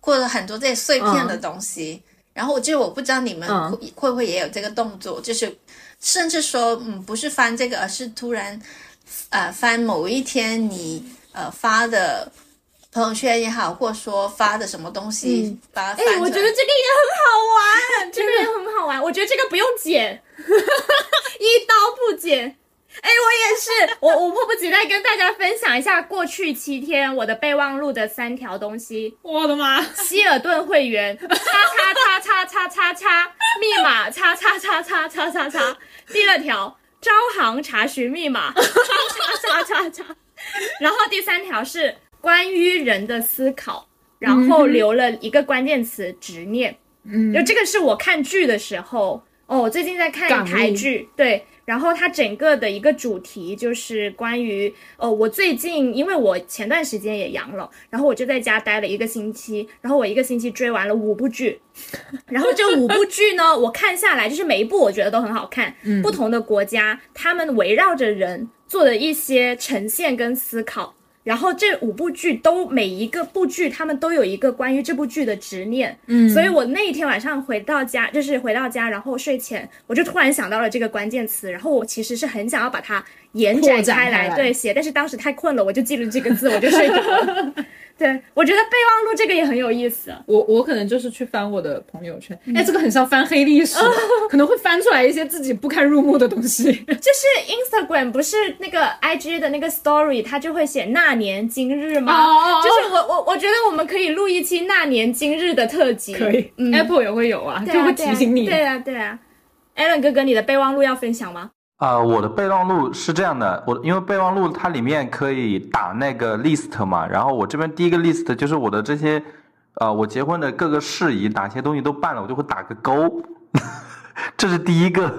Speaker 4: 或者很多这些碎片的东西。然后我就我不知道你们
Speaker 3: 嗯
Speaker 4: 会、会不会也有这个动作，就是甚至说，嗯，不是翻这个，而是突然，呃，翻某一天你呃发的朋友圈也好，或者说发的什么东西，把它翻
Speaker 2: 哎，我
Speaker 4: 出
Speaker 2: 觉得
Speaker 4: 来
Speaker 2: 这个也很好 玩，这个也很好玩。我觉得这个不用剪， 一刀不剪。哎，我也是，我我迫不及待跟大家分享一下过去七天我的备忘录的三条东西：
Speaker 3: 我的妈！
Speaker 2: 希尔顿会员，叉叉叉叉叉叉叉，密码叉叉叉叉叉叉叉。第二条，招行查询密码，叉叉叉叉叉。然后第三条是关于人的思考，然后留了一个关键词执念。
Speaker 3: 嗯
Speaker 2: 就这个是我看剧的时候，哦，我最近在看
Speaker 3: 感
Speaker 2: 一台
Speaker 3: 悟
Speaker 2: 剧，对，然后它整个的一个主题就是关于，哦，我最近因为我前段时间也阳了，然后我就在家待了一个星期，然后我一个星期追完了五部剧，然后这五部剧呢，我看下来就是每一部我觉得都很好看，不同的国家他们围绕着人做的一些呈现跟思考。然后这五部剧都每一个部剧，他们都有一个关于这部剧的执念，嗯，所以我那一天晚上回到家，就是回到家，然后睡前我就突然想到了这个关键词，然后我其实是很想要把它延
Speaker 3: 扩
Speaker 2: 展
Speaker 3: 展
Speaker 2: 开
Speaker 3: 开
Speaker 2: 来，
Speaker 3: 来
Speaker 2: 对写，但是当时太困了，我就记住这个字，我就睡着了。对，我觉得备忘录这个也很有意思，
Speaker 3: 我我可能就是去翻我的朋友圈，哎、这个很像翻黑历 史，可能会翻出来一些自己不堪入目的东
Speaker 2: 就
Speaker 3: 西。
Speaker 2: 是 Instagram 不是那个 IG 的那个 Story，它就会写那年今日
Speaker 3: 哦哦
Speaker 2: 吗？
Speaker 3: 哦
Speaker 2: 就是我我我觉得我们可以录一期那年今日的特辑，
Speaker 3: 可以、
Speaker 2: 嗯
Speaker 3: a p p l e 也会有啊，
Speaker 2: 对
Speaker 3: 就
Speaker 2: 啊
Speaker 3: 会提醒你。
Speaker 2: 对啊对啊。Allen 哥哥，你的备忘录要分享吗？
Speaker 5: 啊、我的备忘录是这样的，我因为备忘录它里面可以打那个 list 嘛，然后我这边第一个 list 就是我的这些，呃，我结婚的各个事宜，哪些东西都办了，我就会打个勾， 这是第一个。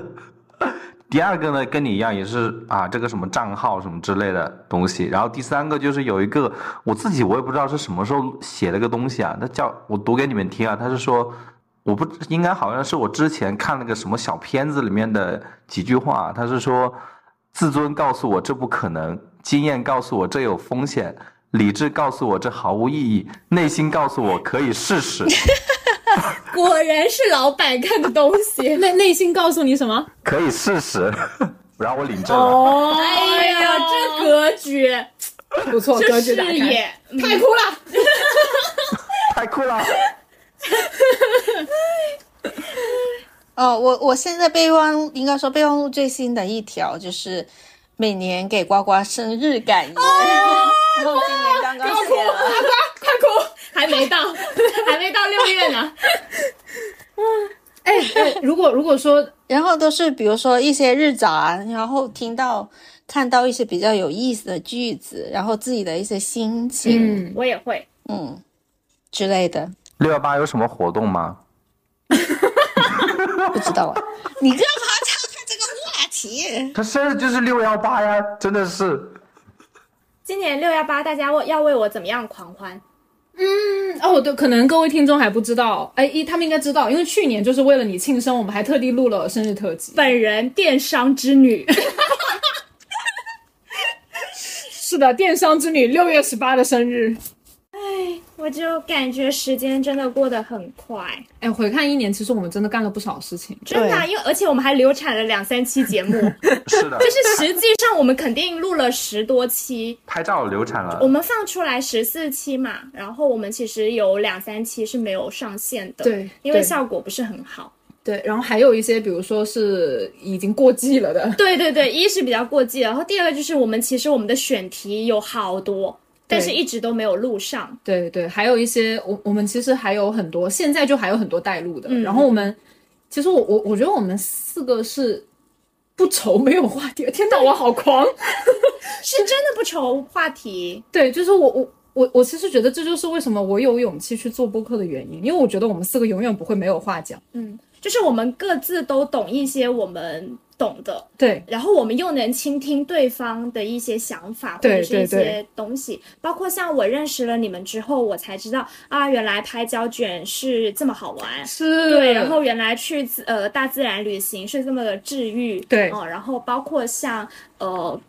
Speaker 5: 第二个呢，跟你一样也是啊，这个什么账号什么之类的东西。然后第三个就是有一个我自己我也不知道是什么时候写了个东西啊，它叫我读给你们听啊，它是说我不应该好像是我之前看了个什么小片子里面的几句话，他是说，自尊告诉我这不可能，经验告诉我这有风险，理智告诉我这毫无意义，内心告诉我可以试试，
Speaker 9: 果然是老板看的东西。
Speaker 3: 内内心告诉你什么？
Speaker 5: 可以试试。 然后我领证了，
Speaker 3: 哦，
Speaker 2: 哎呀，这格局，
Speaker 3: 不错，
Speaker 2: 这
Speaker 3: 格局
Speaker 2: 视
Speaker 3: 打开，
Speaker 2: 野，嗯
Speaker 3: 太酷了。
Speaker 5: 太酷了！
Speaker 4: 哦，我我现在备忘录应该说备忘录最新的一条就是每年给呱呱生日感言， 然后今年刚刚写哦了。
Speaker 2: 还没 到，还没到六月呢。
Speaker 3: 哎，哎如果如果说
Speaker 4: 然后都是比如说一些日杂，然后听到看到一些比较有意思的句子，然后自己的一些心情，
Speaker 3: 嗯，
Speaker 2: 我也会，
Speaker 4: 嗯之类的，
Speaker 5: 六幺八有什么活动吗？
Speaker 4: 不知道啊。 你干嘛岔开这个话题？
Speaker 5: 他生日就是六幺八呀，真的 是。
Speaker 2: 今年六幺八，大家要为我怎么样狂欢？
Speaker 3: 哦，对，可能各位听众还不知道，哎，一他们应该知道，因为去年就是为了你庆生，我们还特地录了生日特辑。
Speaker 2: 本人电商之女，
Speaker 3: 是的，电商之女六月十八的生日。
Speaker 2: 我就感觉时间真的过得很快，
Speaker 3: 哎，回看一年，其实我们真的干了不少事情。
Speaker 2: 真的啊、
Speaker 4: 对
Speaker 2: 因为而且我们还流产了两三期节目，
Speaker 5: 是的，
Speaker 2: 就是实际上我们肯定录了十多期，
Speaker 5: 拍照流产了
Speaker 2: 我。们放出来十四期嘛，然后我们其实有两三期是没有上线的，
Speaker 3: 对
Speaker 2: 因为
Speaker 3: 对
Speaker 2: 效果不是很好。
Speaker 3: 对，然后还有一些，比如说是已经过季了的，
Speaker 2: 对对对，一是比较过季，然后第二个就是我们其实我们的选题有好多，但是一直都没有录上。
Speaker 3: 对对，还有一些我我们其实还有很多，现在就还有很多带路的。
Speaker 2: 嗯
Speaker 3: 然后我们其实我我我觉得我们四个是不愁没有话题。天哪，我好狂！
Speaker 2: 是真的不愁话题，
Speaker 3: 对，就是我我我我其实觉得这就是为什么我有勇气去做播客的原因，因为我觉得我们四个永远不会没有话讲。
Speaker 2: 就是我们各自都懂一些我们懂的，
Speaker 3: 对
Speaker 2: 然后我们又能倾听对方的一些想法或
Speaker 3: 对
Speaker 2: 者是一
Speaker 3: 对
Speaker 2: 些东西，包括像我认识了你们之后，我才知道啊，原来拍胶卷是这么好玩。
Speaker 3: 是
Speaker 2: 对，然后原来去自呃大自然旅行是这么的治愈，
Speaker 3: 对
Speaker 2: 哦，然后包括像呃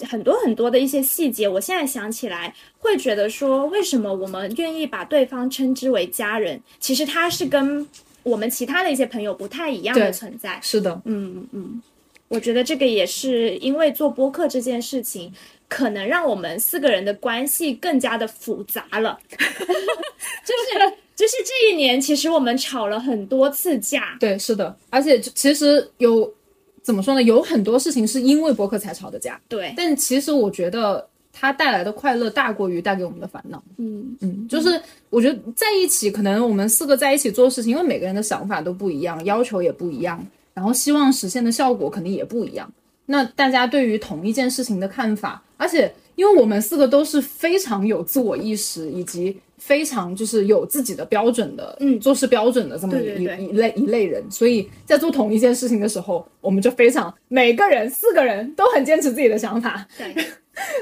Speaker 2: 很多很多的一些细节，我现在想起来会觉得说，为什么我们愿意把对方称之为家人？其实他是跟我们其他的一些朋友不太一样
Speaker 3: 对
Speaker 2: 的存在，
Speaker 3: 是的，
Speaker 2: 嗯嗯，我觉得这个也是因为做播客这件事情，可能让我们四个人的关系更加的复杂了。 就是就是这一年，其实我们吵了很多次架。
Speaker 3: 对，是的，而且就其实有怎么说呢，有很多事情是因为播客才吵的架，
Speaker 2: 对，
Speaker 3: 但其实我觉得它带来的快乐大过于带给我们的烦恼。
Speaker 2: 嗯，
Speaker 3: 嗯，就是我觉得在一起，可能我们四个在一起做事情，因为每个人的想法都不一样，要求也不一样，然后希望实现的效果肯定也不一样。那大家对于同一件事情的看法，而且因为我们四个都是非常有自我意识以及非常就是有自己的标准的，
Speaker 2: 嗯
Speaker 3: 做事标准的这么一
Speaker 2: 对对对
Speaker 3: 一类一类人，所以在做同一件事情的时候，我们就非常每个人四个人都很坚持自己的想法，
Speaker 2: 对，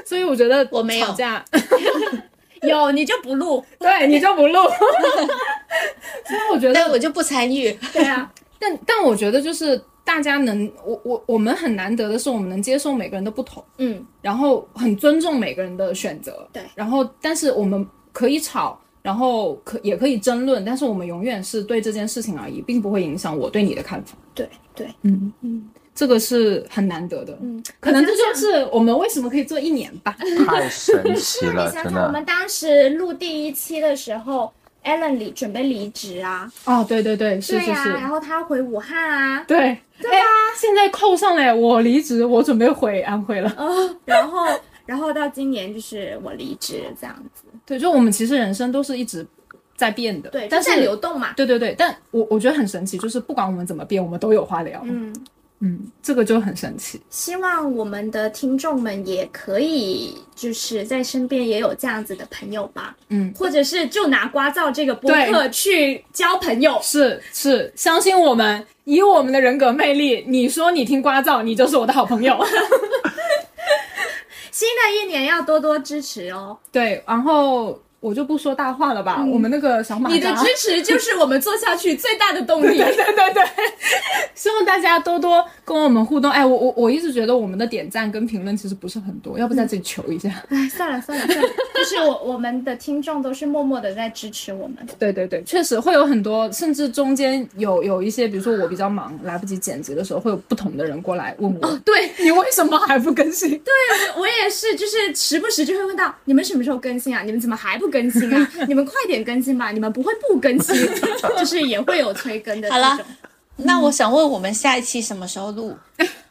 Speaker 3: 所以我觉得
Speaker 4: 我没有
Speaker 3: 吵架。
Speaker 2: 有你就不录，
Speaker 3: 对你就不录。所以我觉
Speaker 4: 但
Speaker 3: 得，
Speaker 4: 我就不参与。
Speaker 2: 对啊，
Speaker 3: 但但我觉得就是大家能，我我我们很难得的是，我们能接受每个人的不同，
Speaker 2: 嗯，
Speaker 3: 然后很尊重每个人的选择。
Speaker 2: 对
Speaker 3: 然后但是我们可以吵。然后可也可以争论，但是我们永远是对这件事情而已，并不会影响我对你的看法。
Speaker 2: 对对，
Speaker 3: 嗯嗯，这个是很难得的。
Speaker 2: 嗯，
Speaker 3: 可能这就是我们为什么可以做一年吧。
Speaker 5: 太神奇
Speaker 2: 那
Speaker 5: 了，
Speaker 2: 你想
Speaker 5: 真
Speaker 2: 想，我
Speaker 5: 的
Speaker 2: 们。当时录第一期的时候，Allen 离准备离职啊，
Speaker 3: 哦，对对对，是
Speaker 2: 对
Speaker 3: 是
Speaker 2: 呀、
Speaker 3: 是。
Speaker 2: 然后他回武汉啊，
Speaker 3: 对，对啊，现在扣上来，我离职，我准备回安徽了。
Speaker 2: 哦，然后然后到今年就是我离职这样子，
Speaker 3: 对，就我们其实人生都是一直在变的，
Speaker 2: 对，
Speaker 3: 但
Speaker 2: 就是在流动嘛，
Speaker 3: 对对对，但我我觉得很神奇，就是不管我们怎么变，我们都有话聊。
Speaker 2: 嗯，
Speaker 3: 嗯，这个就很神奇。
Speaker 2: 希望我们的听众们也可以，就是在身边也有这样子的朋友吧，
Speaker 3: 嗯，
Speaker 2: 或者是就拿刮噪这个播
Speaker 3: 对
Speaker 2: 客去交朋友。
Speaker 3: 是是，相信我们，以我们的人格魅力，你说你听瓜噪，你就是我的好朋友。
Speaker 2: 新的一年要多多支持哦，
Speaker 3: 对，然后我就不说大话了吧，我们那个小马
Speaker 2: 嗯你的
Speaker 3: 扎
Speaker 2: 支持就是我们做下去最大的动力。
Speaker 3: 对对对，希望大家多多跟我们互动。哎，我我我一直觉得我们的点赞跟评论其实不是很多，要不在这里求一下。
Speaker 2: 哎，算了算了算了，就是我我们的听众都是默默的在支持我们。
Speaker 3: 对对对，确实会有很多，甚至中间有有一些，比如说我比较忙，来不及剪辑的时候，会有不同的人过来问我，
Speaker 2: 对
Speaker 3: 你为什么还不更新？对，
Speaker 2: 我也是，就是时不时就会问到你们什么时候更新啊？你们怎么还不更新 啊？你们快点更新吧！你们不会不更新，就是也会有催更的
Speaker 4: 好
Speaker 2: 这
Speaker 4: 啦
Speaker 2: 种。
Speaker 4: 那我想问，我们下一期什么时候录？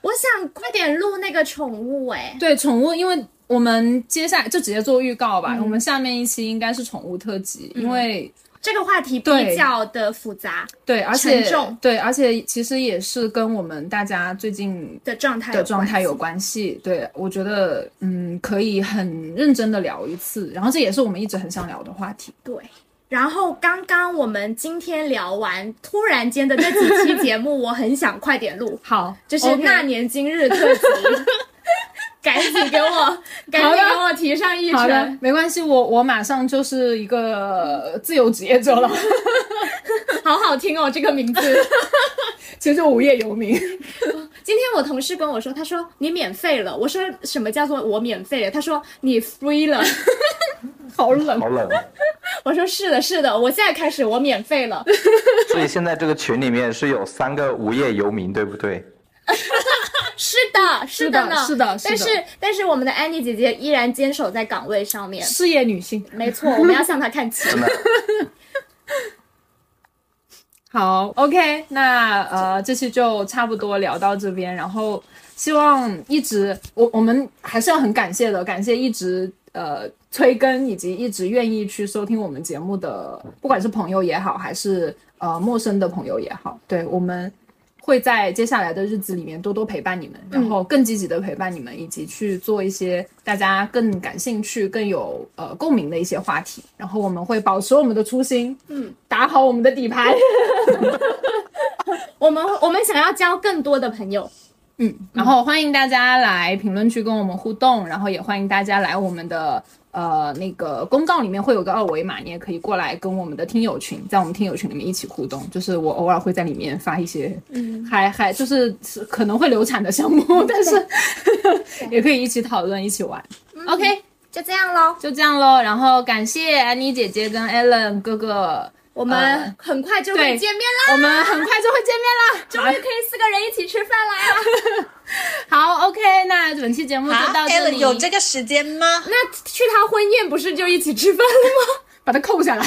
Speaker 2: 我想快点录那个宠物哎、
Speaker 3: 对宠物，因为我们接下来就直接做预告
Speaker 2: 嗯
Speaker 3: 吧，我们下面一期应该是宠物特辑，因为
Speaker 2: 这个话题比
Speaker 3: 对
Speaker 2: 较的复杂
Speaker 3: 对，而且
Speaker 2: 沉重
Speaker 3: 对，而且其实也是跟我们大家最近
Speaker 2: 的状态
Speaker 3: 的状态
Speaker 2: 有
Speaker 3: 有
Speaker 2: 关系。
Speaker 3: 关系。对，我觉得嗯，可以很认真的聊一次，然后这也是我们一直很想聊的话题。
Speaker 2: 对。然后刚刚我们今天聊完，突然间的那几期节目，我很想快点录，
Speaker 3: 好，
Speaker 2: 就是那年今日特辑， 赶紧给 我，赶紧给我提上 议
Speaker 3: 好的
Speaker 2: 程。，
Speaker 3: 没关系，我我马上就是一个呃自由职业者了，
Speaker 2: 好好听哦，这个名字。
Speaker 3: 其实我无业游民。
Speaker 2: 今天我同事跟我说，他说你免费了，我说什么叫做我免费了？他说你 free 了，
Speaker 3: 好冷，
Speaker 5: 好冷。
Speaker 2: 我说是的，是的，我现在开始我免费了。
Speaker 5: 所以现在这个群里面是有三个无业游民，对不对？
Speaker 2: 是的，是的呢，
Speaker 3: 是的是的
Speaker 2: 但
Speaker 3: 是
Speaker 2: 是
Speaker 3: 的
Speaker 2: 但是我们的安妮姐姐依然坚守在岗位上面，
Speaker 3: 事业女性。
Speaker 2: 没错，我们要向她看 齐。
Speaker 5: 真的，
Speaker 3: 好，OK，那呃，这期就差不多聊到这边，然后希望一直我我们还是要很感谢的，感谢一直呃催更以及一直愿意去收听我们节目的，不管是朋友也好，还是呃陌生的朋友也好，对我们会在接下来的日子里面多多陪伴你们，然后更积极的陪伴你们，以及去做一些大家更感兴趣、更有呃共鸣的一些话题，然后我们会保持我们的初心，嗯，打好我们的底牌。
Speaker 2: 我们我们想要交更多的朋友，
Speaker 3: 嗯，然后欢迎大家来评论区跟我们互动，然后也欢迎大家来我们的呃那个公告里面会有个二维码，你也可以过来跟我们的听友群，在我们听友群里面一起互动。就是我偶尔会在里面发一些，嗯，还还就是是可能会流产的项目，但是 也可以一起讨论，一起玩。OK，
Speaker 2: 就这样喽。
Speaker 3: 就这样喽。然后感谢安妮姐姐跟 Allen 哥哥，
Speaker 2: 我们
Speaker 3: 呃
Speaker 2: 很快就会
Speaker 3: 对
Speaker 2: 见面啦，
Speaker 3: 我们很快就会见面啦。
Speaker 2: 终于可以四个人一起吃饭 啦。
Speaker 3: 好，OK，那本期节目就到
Speaker 4: 啊
Speaker 3: 这
Speaker 4: ，Allen
Speaker 3: 里，
Speaker 4: 有这个时间吗？
Speaker 2: 那去他婚宴不是就一起吃饭了吗？
Speaker 3: 把它扣下来。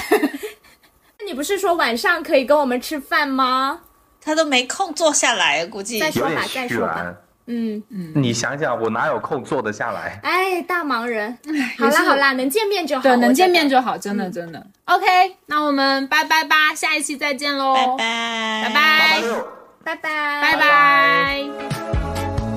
Speaker 2: 那你不是说晚上可以跟我们吃饭吗？
Speaker 4: 他都没空坐下来，估计
Speaker 2: 再
Speaker 5: 有
Speaker 2: 说
Speaker 5: 点
Speaker 2: 吧，再说吧。
Speaker 5: 悬。
Speaker 2: 嗯，
Speaker 5: 你想想，我哪有空坐得下来？
Speaker 2: 哎，大忙人。好啦
Speaker 3: 也是
Speaker 2: 好啦，能见面就好。
Speaker 3: 对，
Speaker 2: 我觉
Speaker 3: 能
Speaker 2: 得嗯
Speaker 3: 见面就好，真的真的。OK，那我们拜拜吧，下一期再见喽，
Speaker 4: 拜
Speaker 3: 拜
Speaker 4: 哦拜，
Speaker 5: 八
Speaker 2: 哎拜拜
Speaker 3: 拜拜
Speaker 5: 八六拜
Speaker 3: 拜
Speaker 5: 拜。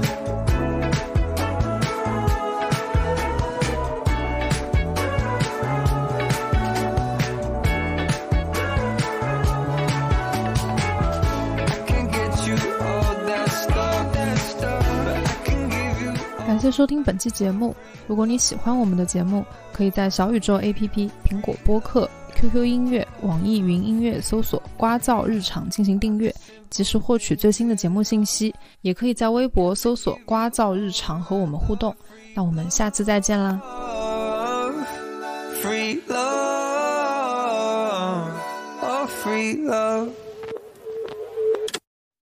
Speaker 1: Can't get you all that stuff, that stuff, but I can give you.
Speaker 10: 感谢收听本期节目。如果你喜欢我们的节目，可以在小宇宙 APP、苹果播客、QQ 音乐、网易云音乐搜索“瓜噪日常”进行订阅，及时获取最新的节目信息。也可以在微博搜索“瓜噪日常”和我们互动。那我们下次再见啦！
Speaker 1: love, free love, oh free love.